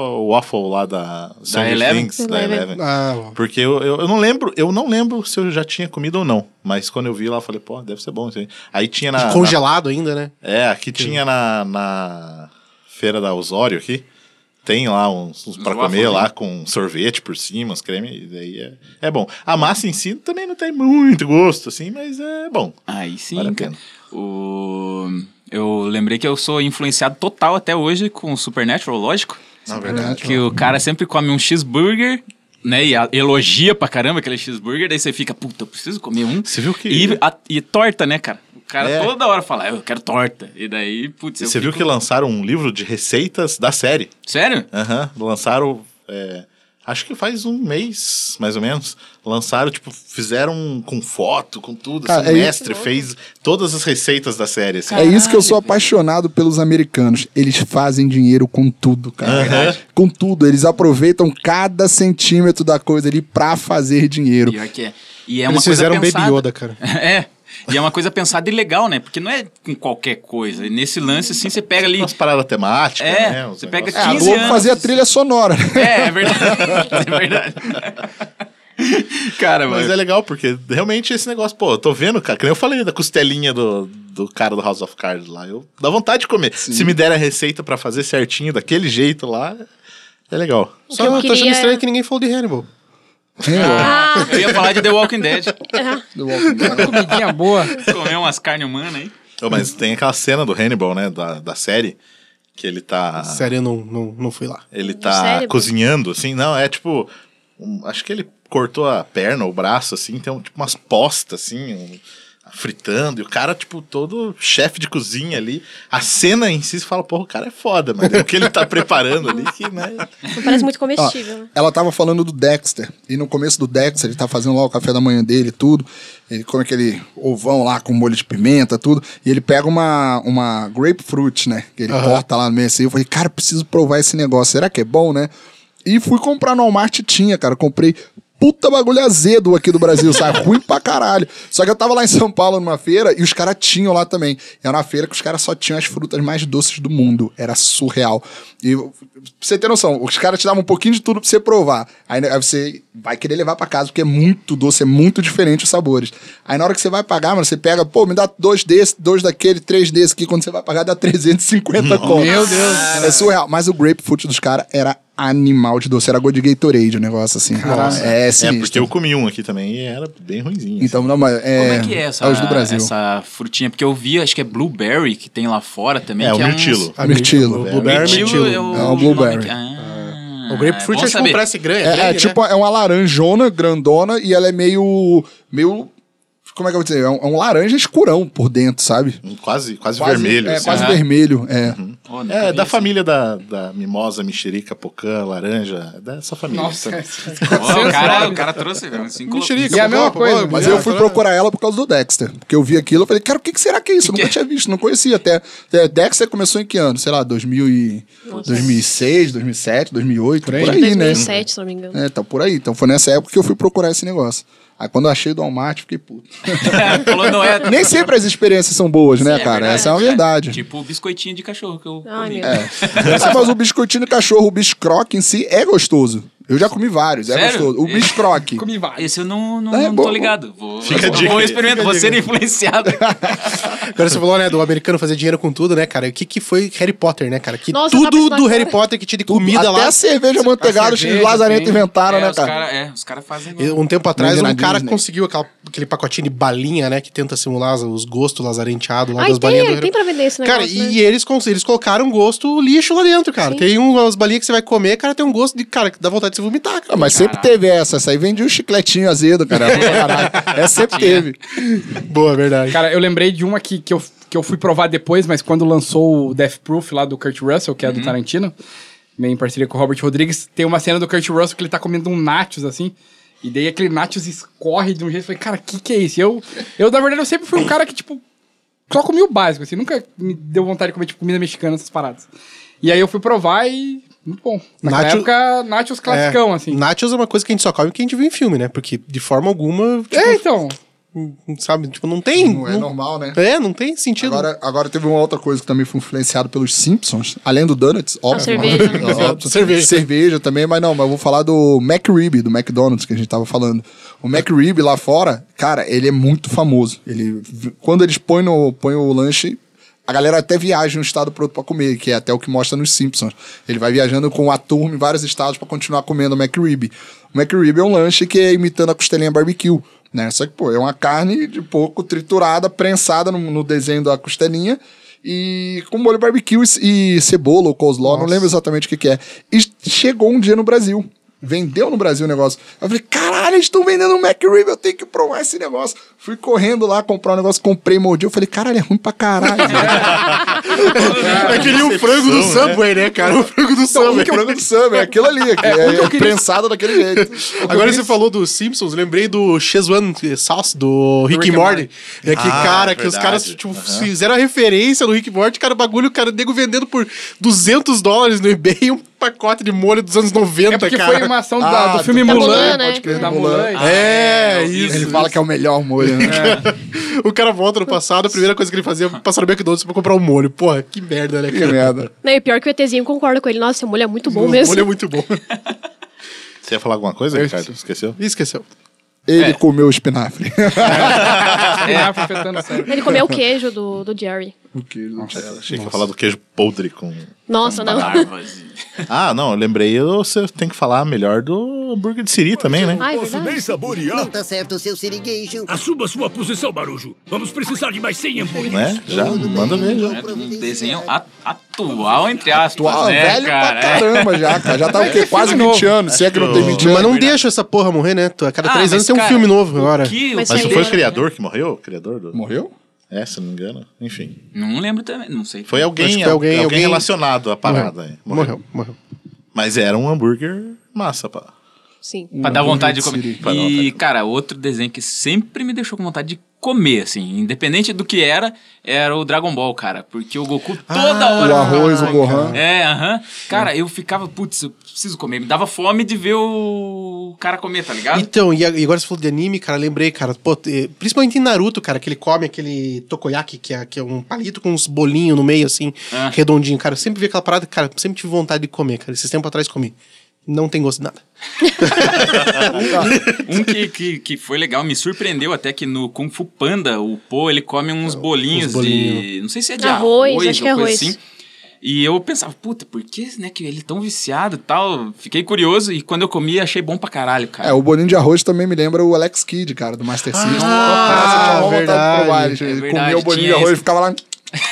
Speaker 2: o Waffle lá da Stranger
Speaker 3: Eleven?
Speaker 2: Things, da
Speaker 6: Eleven.
Speaker 2: Eleven.
Speaker 4: Ah, ó.
Speaker 2: Porque eu, eu, eu não lembro, eu não lembro se eu já tinha comido ou não. Mas quando eu vi lá, eu falei, pô, deve ser bom isso aí. Aí tinha na. na
Speaker 4: Congelado ainda, né?
Speaker 2: é, aqui tinha
Speaker 7: um-
Speaker 2: na, na feira da Osório aqui. Tem lá uns, uns pra
Speaker 3: waffles,
Speaker 2: comer
Speaker 3: né?
Speaker 2: lá com sorvete por cima, uns creme, e daí é, é bom. A massa em si também não tem muito gosto, assim, mas é bom.
Speaker 3: Aí sim,
Speaker 2: Vale a
Speaker 3: cara.
Speaker 2: pena.
Speaker 3: O... Eu lembrei que eu sou influenciado total até hoje com o Supernatural, lógico.
Speaker 7: É
Speaker 2: Na verdade.
Speaker 3: Que o cara sempre come um cheeseburger, né? E a- elogia pra caramba aquele cheeseburger, daí você fica, puta, eu preciso comer um.
Speaker 2: Você viu que-
Speaker 3: E, a- e torta, né, cara? O cara
Speaker 2: É.
Speaker 3: toda hora fala, eu quero torta. E daí, putz, eu
Speaker 2: Você viu
Speaker 3: fico-
Speaker 2: que lançaram um livro de receitas da série?
Speaker 3: Sério?
Speaker 2: Aham, lançaram. é, acho que faz um mês, mais ou menos. Lançaram, tipo, fizeram com foto, com tudo.
Speaker 7: Cara,
Speaker 2: assim,
Speaker 7: é
Speaker 2: o
Speaker 7: isso.
Speaker 2: mestre fez todas as receitas da série. Assim.
Speaker 7: É isso que eu sou apaixonado pelos americanos. Eles fazem dinheiro com tudo, cara. Com tudo. Eles aproveitam cada centímetro da coisa ali pra fazer dinheiro.
Speaker 3: Pior que é. E é uma
Speaker 4: Eles
Speaker 3: coisa
Speaker 4: fizeram um Baby
Speaker 3: pensada.
Speaker 4: Yoda, cara.
Speaker 3: É. E é uma coisa pensada e legal, né? Porque não é com qualquer coisa. E nesse lance, assim, você pega ali.
Speaker 2: Umas paradas temáticas,
Speaker 3: É,
Speaker 2: né? uns
Speaker 3: você pega
Speaker 2: negócios-
Speaker 7: É, a
Speaker 3: 15
Speaker 7: Globo
Speaker 3: anos.
Speaker 7: fazia trilha sonora. né?
Speaker 3: É, é verdade. É verdade. Cara,
Speaker 2: Mas
Speaker 3: mas
Speaker 2: é legal, porque realmente esse negócio, pô, eu tô vendo, cara, que nem eu falei da costelinha do, do cara do House of Cards lá. Eu dá vontade de comer. Se me der a receita pra fazer certinho, daquele jeito lá, é legal.
Speaker 4: Só eu
Speaker 6: eu
Speaker 4: tô achando
Speaker 6: queria-
Speaker 4: estranho é que ninguém falou de Hannibal.
Speaker 2: é-
Speaker 6: Ah,
Speaker 3: eu ia falar de The Walking Dead.
Speaker 5: Uma comidinha boa.
Speaker 3: Comer umas carnes humanas aí.
Speaker 2: Ô, mas tem aquela cena do Hannibal, né? Da, da série, que ele tá.
Speaker 4: Sério, eu não, não, não fui lá.
Speaker 2: Ele tá
Speaker 6: cérebro?
Speaker 2: cozinhando, assim, não, é tipo. um- acho que ele cortou a perna, o braço, assim, tem um, tipo umas postas, assim, um- fritando, e o cara, tipo, todo chefe de cozinha ali. A cena em si, você fala, porra, o cara é foda, mas o que ele tá preparando ali, que, né?
Speaker 6: não parece
Speaker 4: Ah,
Speaker 6: muito
Speaker 7: Ó,
Speaker 6: comestível, né?
Speaker 7: ela tava falando do Dexter. E no começo do Dexter, ele tá fazendo lá o café da manhã dele e tudo. Ele come aquele ovão lá com molho de pimenta, tudo. E ele pega uma, uma grapefruit, né? Que ele corta lá no meio assim. Eu falei, cara, preciso provar esse negócio. Será que é bom, né? E fui comprar no Walmart e tinha, cara. Comprei puta bagulho azedo aqui do Brasil, sabe? Ruim pra caralho. Só que eu tava lá em São Paulo numa feira e os caras tinham lá também. Era uma feira que os caras só tinham as frutas mais doces do mundo. Era surreal. E pra você ter noção, os caras te davam um pouquinho de tudo pra você provar. Aí, né, aí você vai querer levar pra casa, porque é muito doce, é muito diferente os sabores. Aí na hora que você vai pagar, mano, você pega, pô, me dá dois desse, dois daquele, três desse aqui. Quando você vai pagar, dá 350 conto. Meu Deus. É surreal. Mas o grapefruit dos caras era animal de doce. Era gosto de Gatorade o negócio, assim. É,
Speaker 2: É,
Speaker 7: sinistro.
Speaker 2: porque eu comi um aqui também e era bem ruimzinho.
Speaker 7: Então, não, mas é...
Speaker 3: Como é que é essa,
Speaker 7: os do Brasil.
Speaker 3: essa frutinha? Porque eu vi, acho que é blueberry que tem lá fora também.
Speaker 2: É,
Speaker 3: que um
Speaker 2: o
Speaker 3: uns-
Speaker 2: mirtilo.
Speaker 7: A mirtilo.
Speaker 4: Blueberry, mirtilo.
Speaker 3: o
Speaker 7: É o blueberry.
Speaker 3: nome um que- Ah,
Speaker 4: O grapefruit
Speaker 3: é
Speaker 4: é, tipo
Speaker 3: bom
Speaker 4: um
Speaker 3: saber.
Speaker 4: parece grande.
Speaker 7: É, é
Speaker 4: grande, né?
Speaker 7: tipo, é uma laranjona grandona e ela é meio. meio. Como é que eu vou dizer? É um, é um laranja escurão por dentro, sabe?
Speaker 2: Um Quase, quase,
Speaker 7: Quase-
Speaker 2: vermelho.
Speaker 7: É,
Speaker 2: assim.
Speaker 7: quase
Speaker 3: Ah.
Speaker 7: vermelho. É.
Speaker 3: Oh, nunca
Speaker 2: É,
Speaker 3: vi
Speaker 2: da
Speaker 3: isso.
Speaker 2: família da, da mimosa, mexerica, pocã, laranja, é dessa família.
Speaker 5: Nossa, cara.
Speaker 3: Ó, o, cara, o cara trouxe né? Assim, velho, cinco
Speaker 4: Mexerica,
Speaker 5: E é a mesma
Speaker 4: pocã,
Speaker 5: coisa,
Speaker 7: Mas
Speaker 5: né?
Speaker 7: eu fui procurar ela por causa do Dexter. Porque eu vi aquilo, eu falei, cara, o que, que será que é isso? Eu nunca tinha visto, não conhecia até. É, Dexter começou em que ano? Sei lá, 2000 e... 2006, 2007, 2008, por aí, né?
Speaker 6: 2007, se não me engano.
Speaker 7: É, tá por aí. Então foi nessa época que eu fui procurar esse negócio. Aí quando eu achei do Walmart, fiquei puto.
Speaker 3: Falou, não é.
Speaker 7: Nem sempre as experiências são boas, né,
Speaker 3: É
Speaker 7: cara? Essa é uma verdade.
Speaker 3: Tipo o biscoitinho de cachorro que eu
Speaker 6: Ai,
Speaker 3: comi.
Speaker 6: meu Deus.
Speaker 7: Ah, mas o biscoitinho do cachorro, o biscroque em si é gostoso. Eu já comi vários, é
Speaker 3: Sério?
Speaker 7: gostoso. O
Speaker 3: É.
Speaker 7: biscroque.
Speaker 5: Comi vários.
Speaker 3: Esse eu não, não,
Speaker 7: É,
Speaker 3: não
Speaker 7: bom,
Speaker 3: tô
Speaker 7: bom.
Speaker 3: ligado. Vou,
Speaker 2: Fica a
Speaker 3: vou,
Speaker 2: dica
Speaker 3: vou
Speaker 2: aí.
Speaker 3: experimentar, vou ser influenciado.
Speaker 4: Agora você falou, né, do americano fazer dinheiro com tudo, né, cara? O que, que foi Harry Potter, né, cara? Que
Speaker 6: Nossa, tá- eu tava
Speaker 4: tudo
Speaker 6: pensando
Speaker 4: do Harry
Speaker 6: agora.
Speaker 4: Potter que tinha de comida
Speaker 7: Até
Speaker 4: lá.
Speaker 7: a cerveja manteigada os
Speaker 5: cerveja,
Speaker 7: lazaretos
Speaker 5: tem.
Speaker 7: inventaram,
Speaker 3: é,
Speaker 7: né,
Speaker 3: os
Speaker 7: cara?
Speaker 3: cara, é, os caras fazem.
Speaker 4: E Um tempo atrás,
Speaker 7: Vende na
Speaker 4: um cara
Speaker 7: Disney.
Speaker 4: conseguiu aquela- aquele pacotinho de balinha, né? Que tenta simular os- os gostos lazarenteados lá
Speaker 6: Ai,
Speaker 4: das balinhas do
Speaker 6: tem,
Speaker 4: Harry
Speaker 6: tem pra vender esse
Speaker 4: Cara,
Speaker 6: negócio, né?
Speaker 4: e eles, cons- eles colocaram um gosto lixo lá dentro, cara. Tem um- umas balinhas que você vai comer, cara, tem um gosto de, cara, que dá vontade de se vomitar,
Speaker 7: Ah,
Speaker 4: cara.
Speaker 7: mas sempre teve essa. Essa aí vendia um chicletinho azedo, cara.
Speaker 3: É.
Speaker 7: Caralho. Essa sempre teve.
Speaker 4: Boa, verdade.
Speaker 5: Cara, eu lembrei de uma que, que, eu, que eu fui provar depois, mas quando lançou o Death Proof lá do Kurt Russell, que é do Tarantino, meio em parceria com o Robert Rodrigues, tem uma cena do Kurt Russell que ele tá comendo um nachos, assim, e daí aquele nachos escorre de um jeito, eu falei, cara, que que é isso? E Eu, eu, na verdade, eu sempre fui um cara que, tipo, só comi o básico, assim, nunca me deu vontade de comer, tipo, comida mexicana, essas paradas. E aí eu fui provar e Muito bom. Naquela
Speaker 4: Nacho-
Speaker 5: época, Nachos classicão,
Speaker 4: é,
Speaker 5: assim.
Speaker 4: Nachos é uma coisa que a gente só come porque a gente vê em filme, né? Porque de forma alguma, tipo,
Speaker 5: É, então.
Speaker 4: sabe? Tipo, não tem.
Speaker 7: Não é normal, né?
Speaker 4: É, não tem sentido.
Speaker 7: Agora, agora teve uma outra coisa que também foi influenciado pelos Simpsons, além do Donuts, óbvio.
Speaker 6: cerveja, né?
Speaker 7: Óbvio.
Speaker 4: Cerveja.
Speaker 7: Cerveja também, mas não, mas eu vou falar do McRib, do McDonald's que a gente tava falando. O McRib lá fora, cara, ele é muito famoso. Ele, quando eles põem, no, põem o lanche, a galera até viaja de um estado pro outro pra comer, que é até o que mostra nos Simpsons. Ele vai viajando com a turma em vários estados pra continuar comendo o McRib. O McRib é um lanche que é imitando a costelinha barbecue. Né? Só que, pô, é uma carne de pouco triturada, prensada no, no desenho da costelinha e com molho barbecue e, e cebola ou coleslaw, não lembro exatamente o que, que é. E chegou um dia no Brasil. Vendeu no Brasil o negócio. Eu falei, caralho, eles estão vendendo um McRib, eu tenho que provar esse negócio. Fui correndo lá comprar o negócio, comprei, mordi. Eu falei, caralho, é ruim pra caralho.
Speaker 4: é que nem o frango do Subway, né, cara? O frango do
Speaker 7: Summer, frango do Summer, é aquilo ali, que é, prensado daquele jeito.
Speaker 4: Agora você falou dos Simpsons, lembrei do Szechuan Sauce, do Rick
Speaker 5: Rick
Speaker 4: e
Speaker 5: and
Speaker 4: Morty. É que,
Speaker 2: Ah,
Speaker 4: cara, que os
Speaker 2: verdade.
Speaker 4: caras tipo,
Speaker 2: Aham.
Speaker 4: fizeram a referência no Rick e Morty, cara, o bagulho, o cara, nego vendendo por 200 dólares no eBay um pacote de molho dos anos 90,
Speaker 5: É porque
Speaker 4: cara.
Speaker 5: foi uma ação da-
Speaker 7: Ah,
Speaker 5: do filme
Speaker 6: da
Speaker 5: Mulan.
Speaker 6: Mulan, né? Pode
Speaker 7: crer,
Speaker 5: Da
Speaker 7: Mulan.
Speaker 5: Mulan.
Speaker 4: tá É, isso.
Speaker 7: Ele fala que é o melhor molho, né?
Speaker 4: O cara volta no passado, a primeira coisa que ele fazia é passar no McDonald's pra comprar um molho. Porra, que merda, né,
Speaker 7: Que
Speaker 4: cara?
Speaker 7: merda.
Speaker 6: Não, e pior é que o ETzinho concorda com ele. Nossa, o molho é muito bom
Speaker 4: O
Speaker 6: mesmo.
Speaker 4: molho é muito bom.
Speaker 2: Você ia falar alguma coisa, Ricardo? Esqueceu?
Speaker 4: Ih, Esqueceu.
Speaker 7: Ele comeu espinafre.
Speaker 5: É, foi afetando, sério.
Speaker 6: Ele comeu o queijo do, do Jerry.
Speaker 7: O queijo não tinha.
Speaker 2: Eu achei que ia falar do queijo podre com.
Speaker 6: Nossa, não.
Speaker 4: Tá
Speaker 3: Larvas.
Speaker 2: Ah, não, eu lembrei, você tem que falar melhor do hambúrguer de Siri também, né?
Speaker 6: Ai, Ah, é verdade.
Speaker 9: Não tá certo, seu sirigueijo.
Speaker 1: Assuma sua posição, Marujo. Vamos precisar de mais 100 hambúrgueres.
Speaker 2: Né? Já, manda ver. já.
Speaker 3: Um desenho a- atual, entre aspas,
Speaker 7: Atual,
Speaker 3: né,
Speaker 7: velho
Speaker 3: cara?
Speaker 7: pra caramba já, cara. Já tá o quê? Quase 20 anos. Se é que não tem 20
Speaker 4: Mas
Speaker 7: anos.
Speaker 4: não deixa essa porra morrer, né? A cada
Speaker 3: Ah,
Speaker 4: três
Speaker 3: mas,
Speaker 4: anos tem um
Speaker 3: cara,
Speaker 4: filme novo agora.
Speaker 3: O que, o
Speaker 6: Mas
Speaker 2: Mas
Speaker 3: que-
Speaker 2: foi o criador que morreu? O criador do.
Speaker 7: Morreu?
Speaker 2: É, se não me engano. Enfim.
Speaker 3: Não lembro também, não sei.
Speaker 2: Foi alguém,
Speaker 4: Acho que foi
Speaker 2: al-
Speaker 4: alguém-
Speaker 2: alguém,
Speaker 4: alguém-
Speaker 2: relacionado à parada.
Speaker 4: Morreu.
Speaker 2: hein?
Speaker 4: Morreu, morreu.
Speaker 2: Mas era um hambúrguer massa, pá.
Speaker 6: Sim.
Speaker 7: um
Speaker 3: Pra dar vontade de
Speaker 7: Siri.
Speaker 3: comer.
Speaker 2: Pra dar vontade de
Speaker 3: E, cara, outro desenho que sempre me deixou com vontade de comer, assim, independente do que era, era o Dragon Ball, cara. Porque o Goku toda hora.
Speaker 7: Ah, O arroz, o
Speaker 3: ficava-
Speaker 7: Gohan.
Speaker 3: É, aham. Cara, eu ficava, putz, eu preciso comer. Me dava fome de ver o cara comer, tá ligado?
Speaker 4: Então, e a- e agora você falou de anime, cara, lembrei, cara, pô, te- principalmente em Naruto, cara, que ele come aquele tokoyaki, que é, que é um palito com uns bolinhos no meio, assim,
Speaker 3: Ah.
Speaker 4: redondinho, cara, eu sempre vi aquela parada, cara, sempre tive vontade de comer, cara, esses tempos atrás comi. Não tem gosto de nada.
Speaker 3: Um que, que, que foi legal, me surpreendeu até que no Kung Fu Panda, o Po, ele come uns
Speaker 7: É,
Speaker 3: bolinhos, de. Não sei se é de
Speaker 6: Arroz,
Speaker 3: arroz,
Speaker 6: acho
Speaker 3: ou
Speaker 6: que é
Speaker 3: coisa
Speaker 6: arroz.
Speaker 3: assim. E eu pensava, puta, por que, né, que ele é tão viciado e tal? Fiquei curioso e quando eu comi, achei bom pra caralho, cara.
Speaker 7: É, o bolinho de arroz também me lembra o Alex Kidd, cara, do Master System.
Speaker 4: Ah,
Speaker 7: Nossa, eu tinha uma vontade de provar. Ele
Speaker 3: verdade. É verdade,
Speaker 7: comia o bolinho de
Speaker 3: tinha
Speaker 7: arroz e
Speaker 3: isso.
Speaker 7: ficava lá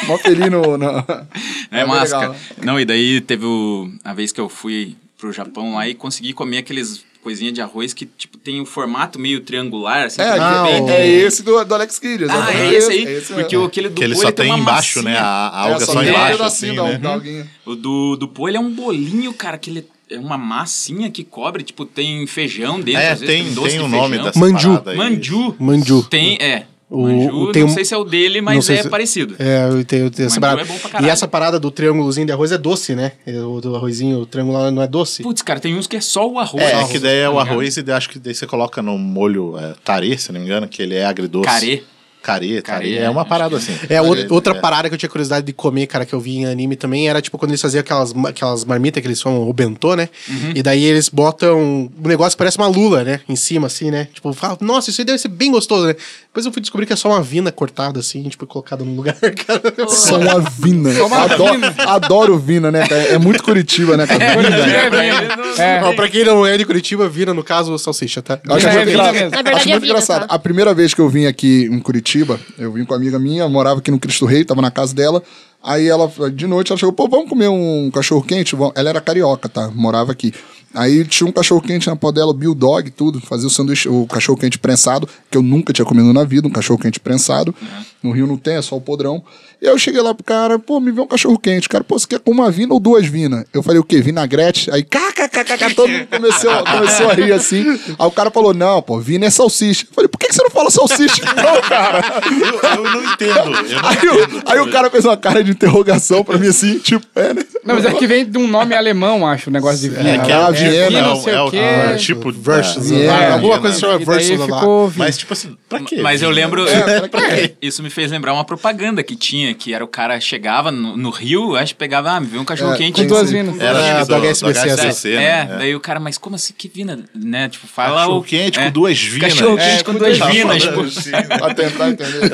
Speaker 7: mó feliz no... no...
Speaker 3: É,
Speaker 7: bem
Speaker 3: máscara.
Speaker 7: legal, né?
Speaker 3: Não, e daí teve o- a vez que eu fui pro Japão lá e consegui comer aqueles coisinha de arroz que, tipo, tem o formato meio triangular, assim.
Speaker 7: É,
Speaker 3: que
Speaker 7: aqui
Speaker 3: depende.
Speaker 7: tem- é esse do, do Alex
Speaker 3: Ah,
Speaker 7: Kidd. exatamente.
Speaker 3: é esse aí.
Speaker 7: mesmo.
Speaker 3: porque o aquele do
Speaker 2: Que ele
Speaker 3: pô,
Speaker 2: só tem
Speaker 3: tem uma
Speaker 2: embaixo, né?
Speaker 3: massinha.
Speaker 2: A, a alga
Speaker 7: é,
Speaker 2: só,
Speaker 7: só tem um
Speaker 2: embaixo.
Speaker 7: pedacinho
Speaker 2: assim, né?
Speaker 7: da- da alguinha.
Speaker 3: O do, do pô, ele é um bolinho, cara, que ele é uma massinha que cobre, tipo, tem feijão dentro,
Speaker 2: É,
Speaker 3: às vezes
Speaker 2: tem,
Speaker 3: doce
Speaker 2: tem
Speaker 3: de
Speaker 2: o nome
Speaker 3: feijão.
Speaker 2: dessa
Speaker 4: Manju.
Speaker 2: parada aí.
Speaker 3: Manju.
Speaker 4: Manju.
Speaker 3: Tem, é.
Speaker 4: O-
Speaker 3: Manju,
Speaker 4: tem
Speaker 3: não
Speaker 4: um-
Speaker 3: sei se é o dele,
Speaker 4: Não
Speaker 3: mas
Speaker 4: sei
Speaker 3: é
Speaker 4: se-
Speaker 3: parecido.
Speaker 4: É, eu tenho, eu tenho essa
Speaker 3: Mas
Speaker 4: parada.
Speaker 3: não é bom pra
Speaker 4: e
Speaker 3: caralho.
Speaker 4: essa parada do triângulozinho de arroz é doce, né? É, O do arrozinho, o triangular não é doce?
Speaker 3: Putz, cara, tem uns que é só o arroz.
Speaker 2: É,
Speaker 3: Arroz,
Speaker 2: que daí é o
Speaker 3: tá ligado?
Speaker 2: arroz e daí acho que daí você coloca no molho é, tare, se não me engano, que ele é agridoce.
Speaker 3: Carê.
Speaker 2: Carê, tare.
Speaker 3: Carê,
Speaker 2: É uma
Speaker 3: acho
Speaker 2: parada assim.
Speaker 4: É, ou- outra
Speaker 2: parada.
Speaker 4: parada que eu tinha curiosidade de comer, cara, que eu vi em anime também, era tipo quando eles faziam aquelas, ma- aquelas marmitas que eles chamam o bentô, né?
Speaker 7: Uhum.
Speaker 4: E daí eles botam um negócio que parece uma lula, né? Em cima, assim, né? Tipo, fala, nossa, isso aí deve ser bem gostoso, né? Depois eu fui descobrir que é só uma vina cortada, assim, tipo, colocada num lugar, cara.
Speaker 7: São uma vina. Adoro, adoro vina, né? cara? É muito Curitiba, né? Cara? Vina.
Speaker 5: É, é,
Speaker 4: Ó, pra quem não é de Curitiba, vina, no caso, salsicha, tá?
Speaker 7: Eu acho
Speaker 5: É,
Speaker 7: muito
Speaker 5: é
Speaker 7: engra-
Speaker 5: vida mesmo.
Speaker 6: Na verdade,
Speaker 7: acho
Speaker 6: é
Speaker 7: muito
Speaker 6: vida,
Speaker 7: engraçado.
Speaker 6: tá?
Speaker 7: A primeira vez que eu vim aqui em Curitiba, eu vim com uma amiga minha, morava aqui no Cristo Rei, tava na casa dela. Aí ela, de noite, ela chegou, pô, vamos comer um cachorro quente? Ela era carioca, tá? Morava aqui. Aí tinha um cachorro quente na podela, o Bill Dog, tudo, fazia o sanduíche, o cachorro quente prensado, que eu nunca tinha comido na vida, um cachorro quente prensado. No Rio não tem, é só o podrão. E aí eu cheguei lá pro cara, pô, me vê um cachorro quente. O cara, pô, você quer com uma vina ou duas vinas? Eu falei, o quê? Vinagrete? Aí, kkkk, todo mundo começou, começou a rir assim. Aí o cara falou, não, pô, vina é salsicha. Eu falei, por que, que você não fala salsicha não, cara?
Speaker 4: Ah,
Speaker 2: Eu, eu não entendo. Eu não
Speaker 7: Aí, o- aí o cara fez uma cara de interrogação pra mim assim, tipo, é, né?
Speaker 5: Não, mas é que vem de um nome alemão, acho, o negócio de vinho.
Speaker 2: É que é,
Speaker 7: Ah,
Speaker 2: o
Speaker 7: Viena,
Speaker 2: Viena, é,
Speaker 5: não
Speaker 2: o-
Speaker 5: sei
Speaker 2: é
Speaker 5: o
Speaker 2: o
Speaker 5: quê.
Speaker 2: é o tipo de-
Speaker 4: Versus.
Speaker 2: é,
Speaker 7: Yeah.
Speaker 2: é,
Speaker 4: Alguma
Speaker 2: Viena.
Speaker 4: coisa chama
Speaker 5: E daí
Speaker 4: versus lá.
Speaker 5: ficou vinho.
Speaker 2: Mas tipo assim, pra quê?
Speaker 3: Mas eu lembro.
Speaker 7: É, pra quê?
Speaker 3: Isso me fez lembrar uma propaganda que tinha, que era o cara chegava no, no rio, acho que pegava, ah, me viu um cachorro
Speaker 7: É,
Speaker 3: quente.
Speaker 5: com duas
Speaker 3: Sim.
Speaker 5: vinas.
Speaker 2: Era
Speaker 4: É,
Speaker 2: acho que
Speaker 4: do
Speaker 2: do, do
Speaker 4: HSBC,
Speaker 2: HSBC,
Speaker 3: É,
Speaker 2: né? É.
Speaker 3: daí o cara, mas como assim que vina, né? Tipo, fala
Speaker 2: Cachorro
Speaker 3: o
Speaker 2: quente
Speaker 3: é,
Speaker 2: com duas vinas. tá
Speaker 3: Cachorro quente
Speaker 5: É,
Speaker 3: com
Speaker 5: com
Speaker 3: duas
Speaker 5: duas
Speaker 3: vinas, tipo,
Speaker 7: Pra tentar entender.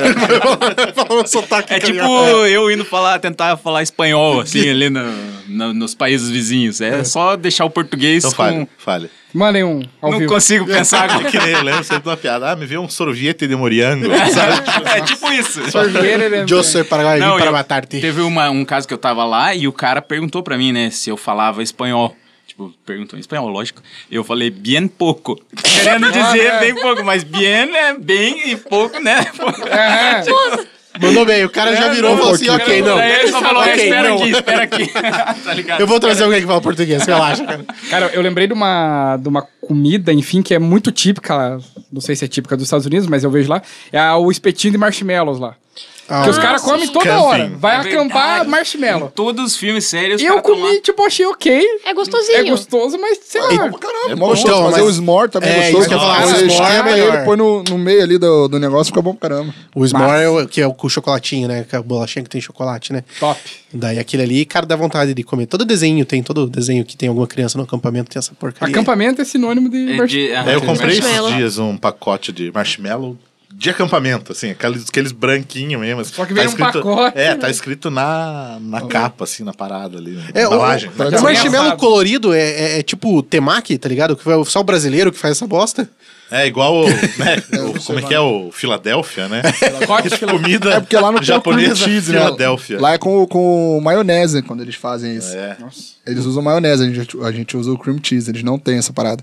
Speaker 4: Falando sotaque
Speaker 3: É tipo eu indo falar, tentar falar espanhol, assim, ali no- no- nos países vizinhos. É só deixar o português
Speaker 2: Então
Speaker 3: com...
Speaker 2: fale, fale.
Speaker 5: Mandem um ao
Speaker 3: Não
Speaker 5: vivo.
Speaker 3: consigo pensar
Speaker 2: É
Speaker 3: agora.
Speaker 2: que nem eu lembro sempre de uma piada. Ah, me vê um sorvete de morango.
Speaker 3: é tipo isso.
Speaker 5: Sorveiro, ele é-
Speaker 4: Eu sou para,
Speaker 3: Não,
Speaker 4: para
Speaker 3: eu-
Speaker 4: matar-te.
Speaker 3: Teve uma- um caso que eu tava lá e o cara perguntou pra mim, né, se eu falava espanhol. Tipo, perguntou em espanhol, lógico. Eu falei bien pouco. Querendo dizer bem pouco, mas bien é bem e pouco, né?
Speaker 5: É, Aham.
Speaker 4: Mandou bem, o cara já virou e falou assim, ok, não.
Speaker 3: É, Daí ele só falou,
Speaker 4: Ok,
Speaker 3: espera
Speaker 4: não.
Speaker 3: aqui, espera aqui. tá ligado?
Speaker 4: Eu vou trazer alguém que fala português, relaxa, cara.
Speaker 5: Cara, eu lembrei de uma, de uma comida, enfim, que é muito típica, não sei se é típica dos Estados Unidos, mas eu vejo lá, é a- o espetinho de marshmallows lá.
Speaker 4: Ah,
Speaker 5: que os caras comem toda
Speaker 2: camping.
Speaker 5: hora. Vai
Speaker 3: É
Speaker 5: acampar
Speaker 3: verdade. Em
Speaker 5: marshmallow.
Speaker 3: todos os filmes sérios,
Speaker 5: Eu comi, tipo, achei ok.
Speaker 6: É gostosinho.
Speaker 5: É gostoso, mas sei
Speaker 4: Ah,
Speaker 5: lá.
Speaker 7: Caramba,
Speaker 2: É
Speaker 7: mó gostoso.
Speaker 4: então,
Speaker 7: fazer
Speaker 4: mas-
Speaker 7: o s'more também
Speaker 4: É, isso
Speaker 7: gostoso.
Speaker 4: que eu ia falar,
Speaker 7: Você
Speaker 4: o s'more é
Speaker 7: esquema
Speaker 4: melhor.
Speaker 7: ele, põe no, no meio ali do, do negócio, fica bom pra caramba.
Speaker 4: O s'more é o que é o com chocolatinho, né? Que é a bolachinha que tem chocolate, né?
Speaker 5: Top.
Speaker 4: Daí aquele ali, cara, dá vontade de comer. Todo desenho tem, todo desenho que tem alguma criança no acampamento tem essa porcaria.
Speaker 5: Acampamento é sinônimo de...
Speaker 3: É de- ah,
Speaker 2: Aí eu comprei esses
Speaker 6: Marshmallow.
Speaker 2: dias um pacote de marshmallow de acampamento, assim, aqueles, aqueles branquinhos mesmo. Só
Speaker 5: que vem num pacote,
Speaker 2: É,
Speaker 5: né?
Speaker 2: tá escrito na, na capa, assim, na parada ali. Na
Speaker 4: É, o,
Speaker 2: embalagem. né?
Speaker 4: o
Speaker 2: Na
Speaker 4: marshmallow
Speaker 5: Engraçado.
Speaker 4: colorido é, é- é tipo temaki, tá ligado? Que foi só o brasileiro que faz essa bosta.
Speaker 2: É igual o, né, o- como é que é o Filadélfia, né? Comida
Speaker 7: É porque lá não tem o cream
Speaker 2: japonesa
Speaker 7: cheese, né?
Speaker 2: Filadélfia.
Speaker 7: Lá é com, com maionese quando eles fazem isso.
Speaker 2: É.
Speaker 7: Eles usam maionese, a gente, a gente usa o cream cheese, eles não têm essa parada.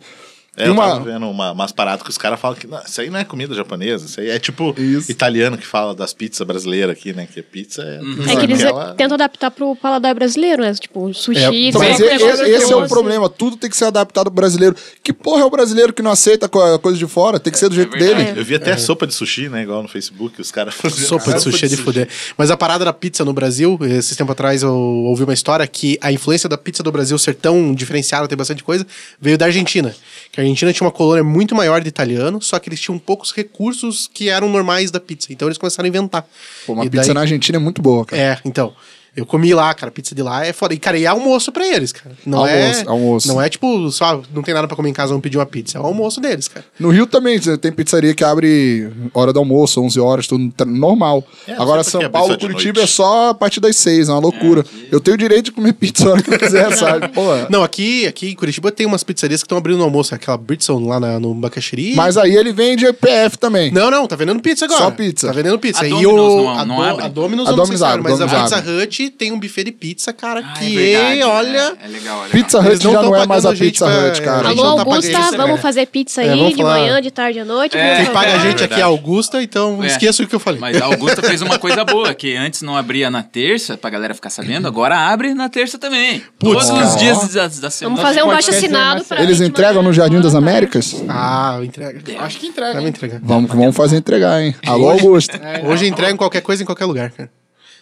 Speaker 2: É,
Speaker 7: Tem
Speaker 2: eu
Speaker 7: uma-
Speaker 2: tava vendo uma, umas paradas que os caras falam que "Não, isso aí não é comida japonesa, isso aí é tipo
Speaker 7: Isso.
Speaker 2: italiano que fala das pizzas brasileiras aqui, né? Que pizza é.
Speaker 5: Uhum.
Speaker 2: pizza
Speaker 6: É que eles
Speaker 2: aquela-
Speaker 6: tentam adaptar pro paladar brasileiro, né? Tipo, sushi,
Speaker 5: também
Speaker 7: Mas
Speaker 5: é
Speaker 7: e-
Speaker 5: uma
Speaker 7: esse,
Speaker 5: coisa que
Speaker 7: esse é
Speaker 5: eu
Speaker 7: o
Speaker 5: uso.
Speaker 7: problema, tudo tem que ser adaptado ao brasileiro. Que porra é o brasileiro que não aceita co- a coisa de fora? Tem que ser do jeito dele.
Speaker 2: Eu vi até sopa de sushi, né? Igual no Facebook, os caras faziam.
Speaker 4: Sopa de sushi é de fuder. Mas a parada da pizza no Brasil, esses tempos atrás eu ouvi uma história que a influência da pizza do Brasil ser tão diferenciada, ter bastante coisa, veio da Argentina. Que a Argentina tinha uma colônia muito maior de italiano, só que eles tinham poucos recursos que eram normais da pizza. Então eles começaram a inventar.
Speaker 7: Pô, uma
Speaker 4: E
Speaker 7: pizza
Speaker 4: daí-
Speaker 7: na Argentina é muito boa, cara.
Speaker 4: É, então. Eu comi lá, cara, pizza de lá é foda. E, cara, e é almoço pra eles, cara. Não é,
Speaker 7: Almoço, almoço.
Speaker 4: Não é tipo, só não tem nada pra comer em casa, vamos pedir uma pizza. É o almoço deles, cara.
Speaker 7: No Rio também você tem pizzaria que abre hora do almoço, 11 horas, tudo tá normal.
Speaker 2: É,
Speaker 7: Agora
Speaker 2: sempre que
Speaker 7: São
Speaker 2: abre
Speaker 7: Paulo,
Speaker 2: só de
Speaker 7: Curitiba é
Speaker 2: noite.
Speaker 7: só a partir das 6, é uma loucura. Eu tenho o direito de comer pizza a hora que eu quiser, sabe? Pô,
Speaker 4: Não, aqui, aqui em Curitiba tem umas pizzarias que estão abrindo no almoço, aquela Britson lá na- no Bacaxiri.
Speaker 7: Mas aí ele vende PF também.
Speaker 4: Não, não, tá vendendo pizza agora.
Speaker 7: Só pizza.
Speaker 4: Tá vendendo pizza.
Speaker 3: A
Speaker 4: e
Speaker 3: Domino's
Speaker 4: o.
Speaker 3: não-
Speaker 4: a,
Speaker 3: não
Speaker 4: Do-
Speaker 3: abre?
Speaker 4: a Domino's
Speaker 7: A
Speaker 4: eu não sei
Speaker 7: Domino's
Speaker 4: se abre,
Speaker 7: abre,
Speaker 4: mas
Speaker 7: Domino's
Speaker 4: a
Speaker 7: abre.
Speaker 4: Pizza Hut tem um buffet de pizza, cara,
Speaker 3: Ah,
Speaker 4: que.
Speaker 3: verdade,
Speaker 4: olha.
Speaker 3: É, é legal, é legal.
Speaker 7: Pizza
Speaker 4: Eles
Speaker 7: Hut
Speaker 4: não
Speaker 7: já
Speaker 4: tão
Speaker 7: não é
Speaker 4: pagando
Speaker 7: mais a
Speaker 4: a gente
Speaker 7: Pizza
Speaker 4: pra-
Speaker 7: Hut, cara.
Speaker 4: A
Speaker 7: Já
Speaker 4: gente
Speaker 6: Alô,
Speaker 4: não
Speaker 7: tá-
Speaker 4: pagando
Speaker 6: Augusta,
Speaker 4: isso, né?
Speaker 6: vamos fazer pizza
Speaker 4: É,
Speaker 6: aí
Speaker 4: vamos
Speaker 6: de
Speaker 4: falar-
Speaker 6: manhã, de tarde, à noite.
Speaker 3: É,
Speaker 6: vamos
Speaker 4: Quem paga a
Speaker 6: fazer. um
Speaker 4: gente aqui é
Speaker 2: verdade.
Speaker 4: a Augusta, então
Speaker 3: É.
Speaker 4: esqueça o que eu falei.
Speaker 3: Mas a Augusta fez uma coisa boa, que antes não abria na terça, pra galera ficar sabendo, agora abre na terça também.
Speaker 4: Putz,
Speaker 3: Todos
Speaker 4: cara.
Speaker 3: os dias da, da semana.
Speaker 6: Vamos fazer um baixo
Speaker 5: Podcast é
Speaker 6: assinado pra
Speaker 7: Eles
Speaker 6: gente
Speaker 7: entregam
Speaker 4: é.
Speaker 6: mandar
Speaker 7: no Jardim das
Speaker 6: embora.
Speaker 7: Américas?
Speaker 4: Ah, entrega. Acho que entrega. Deve entregar.
Speaker 7: Vamos, vamos fazer entregar, hein? Alô, Augusto.
Speaker 4: Hoje entrega em qualquer coisa em qualquer lugar, cara.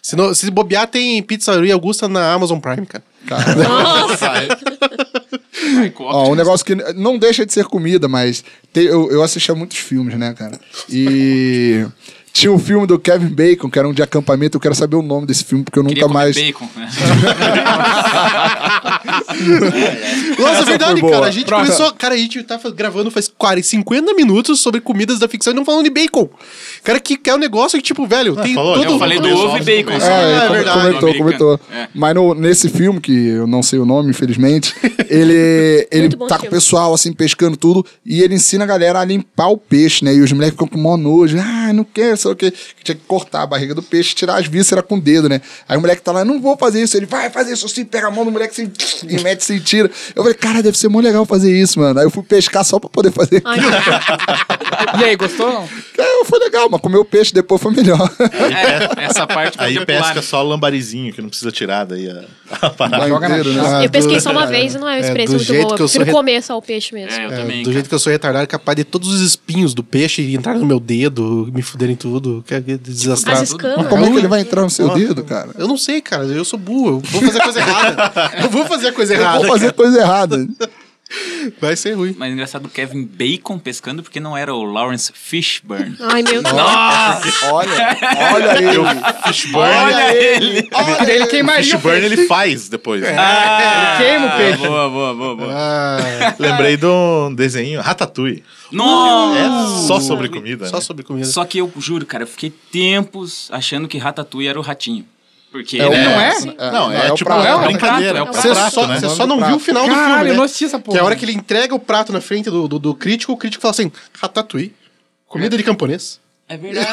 Speaker 4: Se, não- se bobear, tem pizzaria Augusta na Amazon Prime, cara.
Speaker 7: Ó, um negócio que não deixa de ser comida, mas te- eu, eu assistia muitos filmes, né, cara? E tinha um filme do Kevin Bacon, que era um de acampamento. Eu quero saber o nome desse filme, porque eu
Speaker 3: Queria
Speaker 7: nunca
Speaker 3: comer
Speaker 7: mais.
Speaker 3: bacon. né?
Speaker 4: Nossa, é verdade,
Speaker 7: foi
Speaker 4: cara.
Speaker 7: boa.
Speaker 4: A gente começou. Cara, a gente tá gravando faz 40, 50 minutos sobre comidas da ficção e não falando de bacon. Cara, que, que é um negócio que, tipo, velho, tem
Speaker 2: falou,
Speaker 4: todo
Speaker 3: Eu falei do ovo e bacon.
Speaker 7: É,
Speaker 3: só.
Speaker 7: ele
Speaker 4: é
Speaker 7: com-
Speaker 4: verdade,
Speaker 7: comentou,
Speaker 3: americano.
Speaker 7: comentou.
Speaker 3: É.
Speaker 7: Mas no- nesse filme, que eu não sei o nome, infelizmente, ele, ele
Speaker 6: Muito bom
Speaker 7: tá com o
Speaker 6: filme.
Speaker 7: pessoal, assim, pescando tudo, e ele ensina a galera a limpar o peixe, né? E os moleques ficam com mó nojo. Ah, não quero, sei lá o quê. Tinha que cortar a barriga do peixe, tirar as vísceras com o dedo, né? Aí o moleque tá lá, não vou fazer isso. Ele vai fazer isso assim, pega a mão do moleque assim, e mete sem tira. Eu falei, cara, deve ser mó legal fazer isso, mano. Aí eu fui pescar só pra poder fazer.
Speaker 6: Ai, não.
Speaker 5: E aí, gostou ou não?
Speaker 7: É, foi legal, mas comer o peixe depois foi melhor.
Speaker 3: É, essa parte
Speaker 2: Aí
Speaker 3: podia pular,
Speaker 2: pesca só o lambarizinho, que não precisa tirar daí a, a parada.
Speaker 5: Joga na
Speaker 7: Inteiro, né?
Speaker 4: Ah,
Speaker 5: chave.
Speaker 6: Eu pesquei só uma vez e não é uma
Speaker 4: É, do
Speaker 6: experiência muito
Speaker 4: jeito
Speaker 6: boa.
Speaker 4: que eu
Speaker 6: Eu
Speaker 4: sou
Speaker 6: prefiro
Speaker 4: re-
Speaker 6: comer só o peixe mesmo.
Speaker 3: É, eu
Speaker 4: É,
Speaker 3: também.
Speaker 4: do jeito que eu sou retardado, capaz de todos os espinhos do peixe entrarem no meu dedo, me fuderem tudo. tudo, que é desastrado.
Speaker 3: tá
Speaker 6: As escamas.
Speaker 7: Mas como é que ele vai entrar no seu dedo, cara?
Speaker 4: Eu não sei, cara. Eu sou burro. Eu vou fazer a coisa errada. Eu vou fazer a coisa
Speaker 7: Eu
Speaker 4: errada.
Speaker 7: vou fazer coisa errada.
Speaker 4: Vai ser ruim.
Speaker 3: Mas engraçado, o Kevin Bacon pescando porque não era o Lawrence Fishburne.
Speaker 6: Ai, meu Deus.
Speaker 7: Olha, olha ele.
Speaker 3: Olha ele!
Speaker 4: É,
Speaker 5: Porque daí ele queimaria o
Speaker 2: Fishburne ele faz depois. né?
Speaker 3: Ah,
Speaker 5: peixe. Queima o peixe.
Speaker 3: Boa, boa, boa, boa.
Speaker 2: Lembrei de um desenho, Ratatouille.
Speaker 3: Nossa!
Speaker 2: É só sobre comida,
Speaker 4: Só
Speaker 2: né?
Speaker 4: sobre comida.
Speaker 3: Só que eu juro, cara, eu fiquei tempos achando que Ratatouille era o ratinho. Porque
Speaker 7: o-
Speaker 3: né,
Speaker 5: Não é?
Speaker 2: Não, é,
Speaker 7: o
Speaker 2: tipo
Speaker 7: prato,
Speaker 2: uma
Speaker 7: né?
Speaker 2: brincadeira.
Speaker 3: É
Speaker 2: É
Speaker 3: o
Speaker 2: o
Speaker 4: Você
Speaker 2: prato,
Speaker 4: só,
Speaker 2: né?
Speaker 4: você só não
Speaker 7: Prato.
Speaker 4: viu o final do
Speaker 5: Caralho,
Speaker 4: filme,
Speaker 5: eu
Speaker 4: né?
Speaker 5: não assisti essa porra.
Speaker 4: Que é a hora que ele entrega o prato na frente do, do, do crítico, o crítico fala assim, ratatouille, comida de camponês.
Speaker 3: É verdade.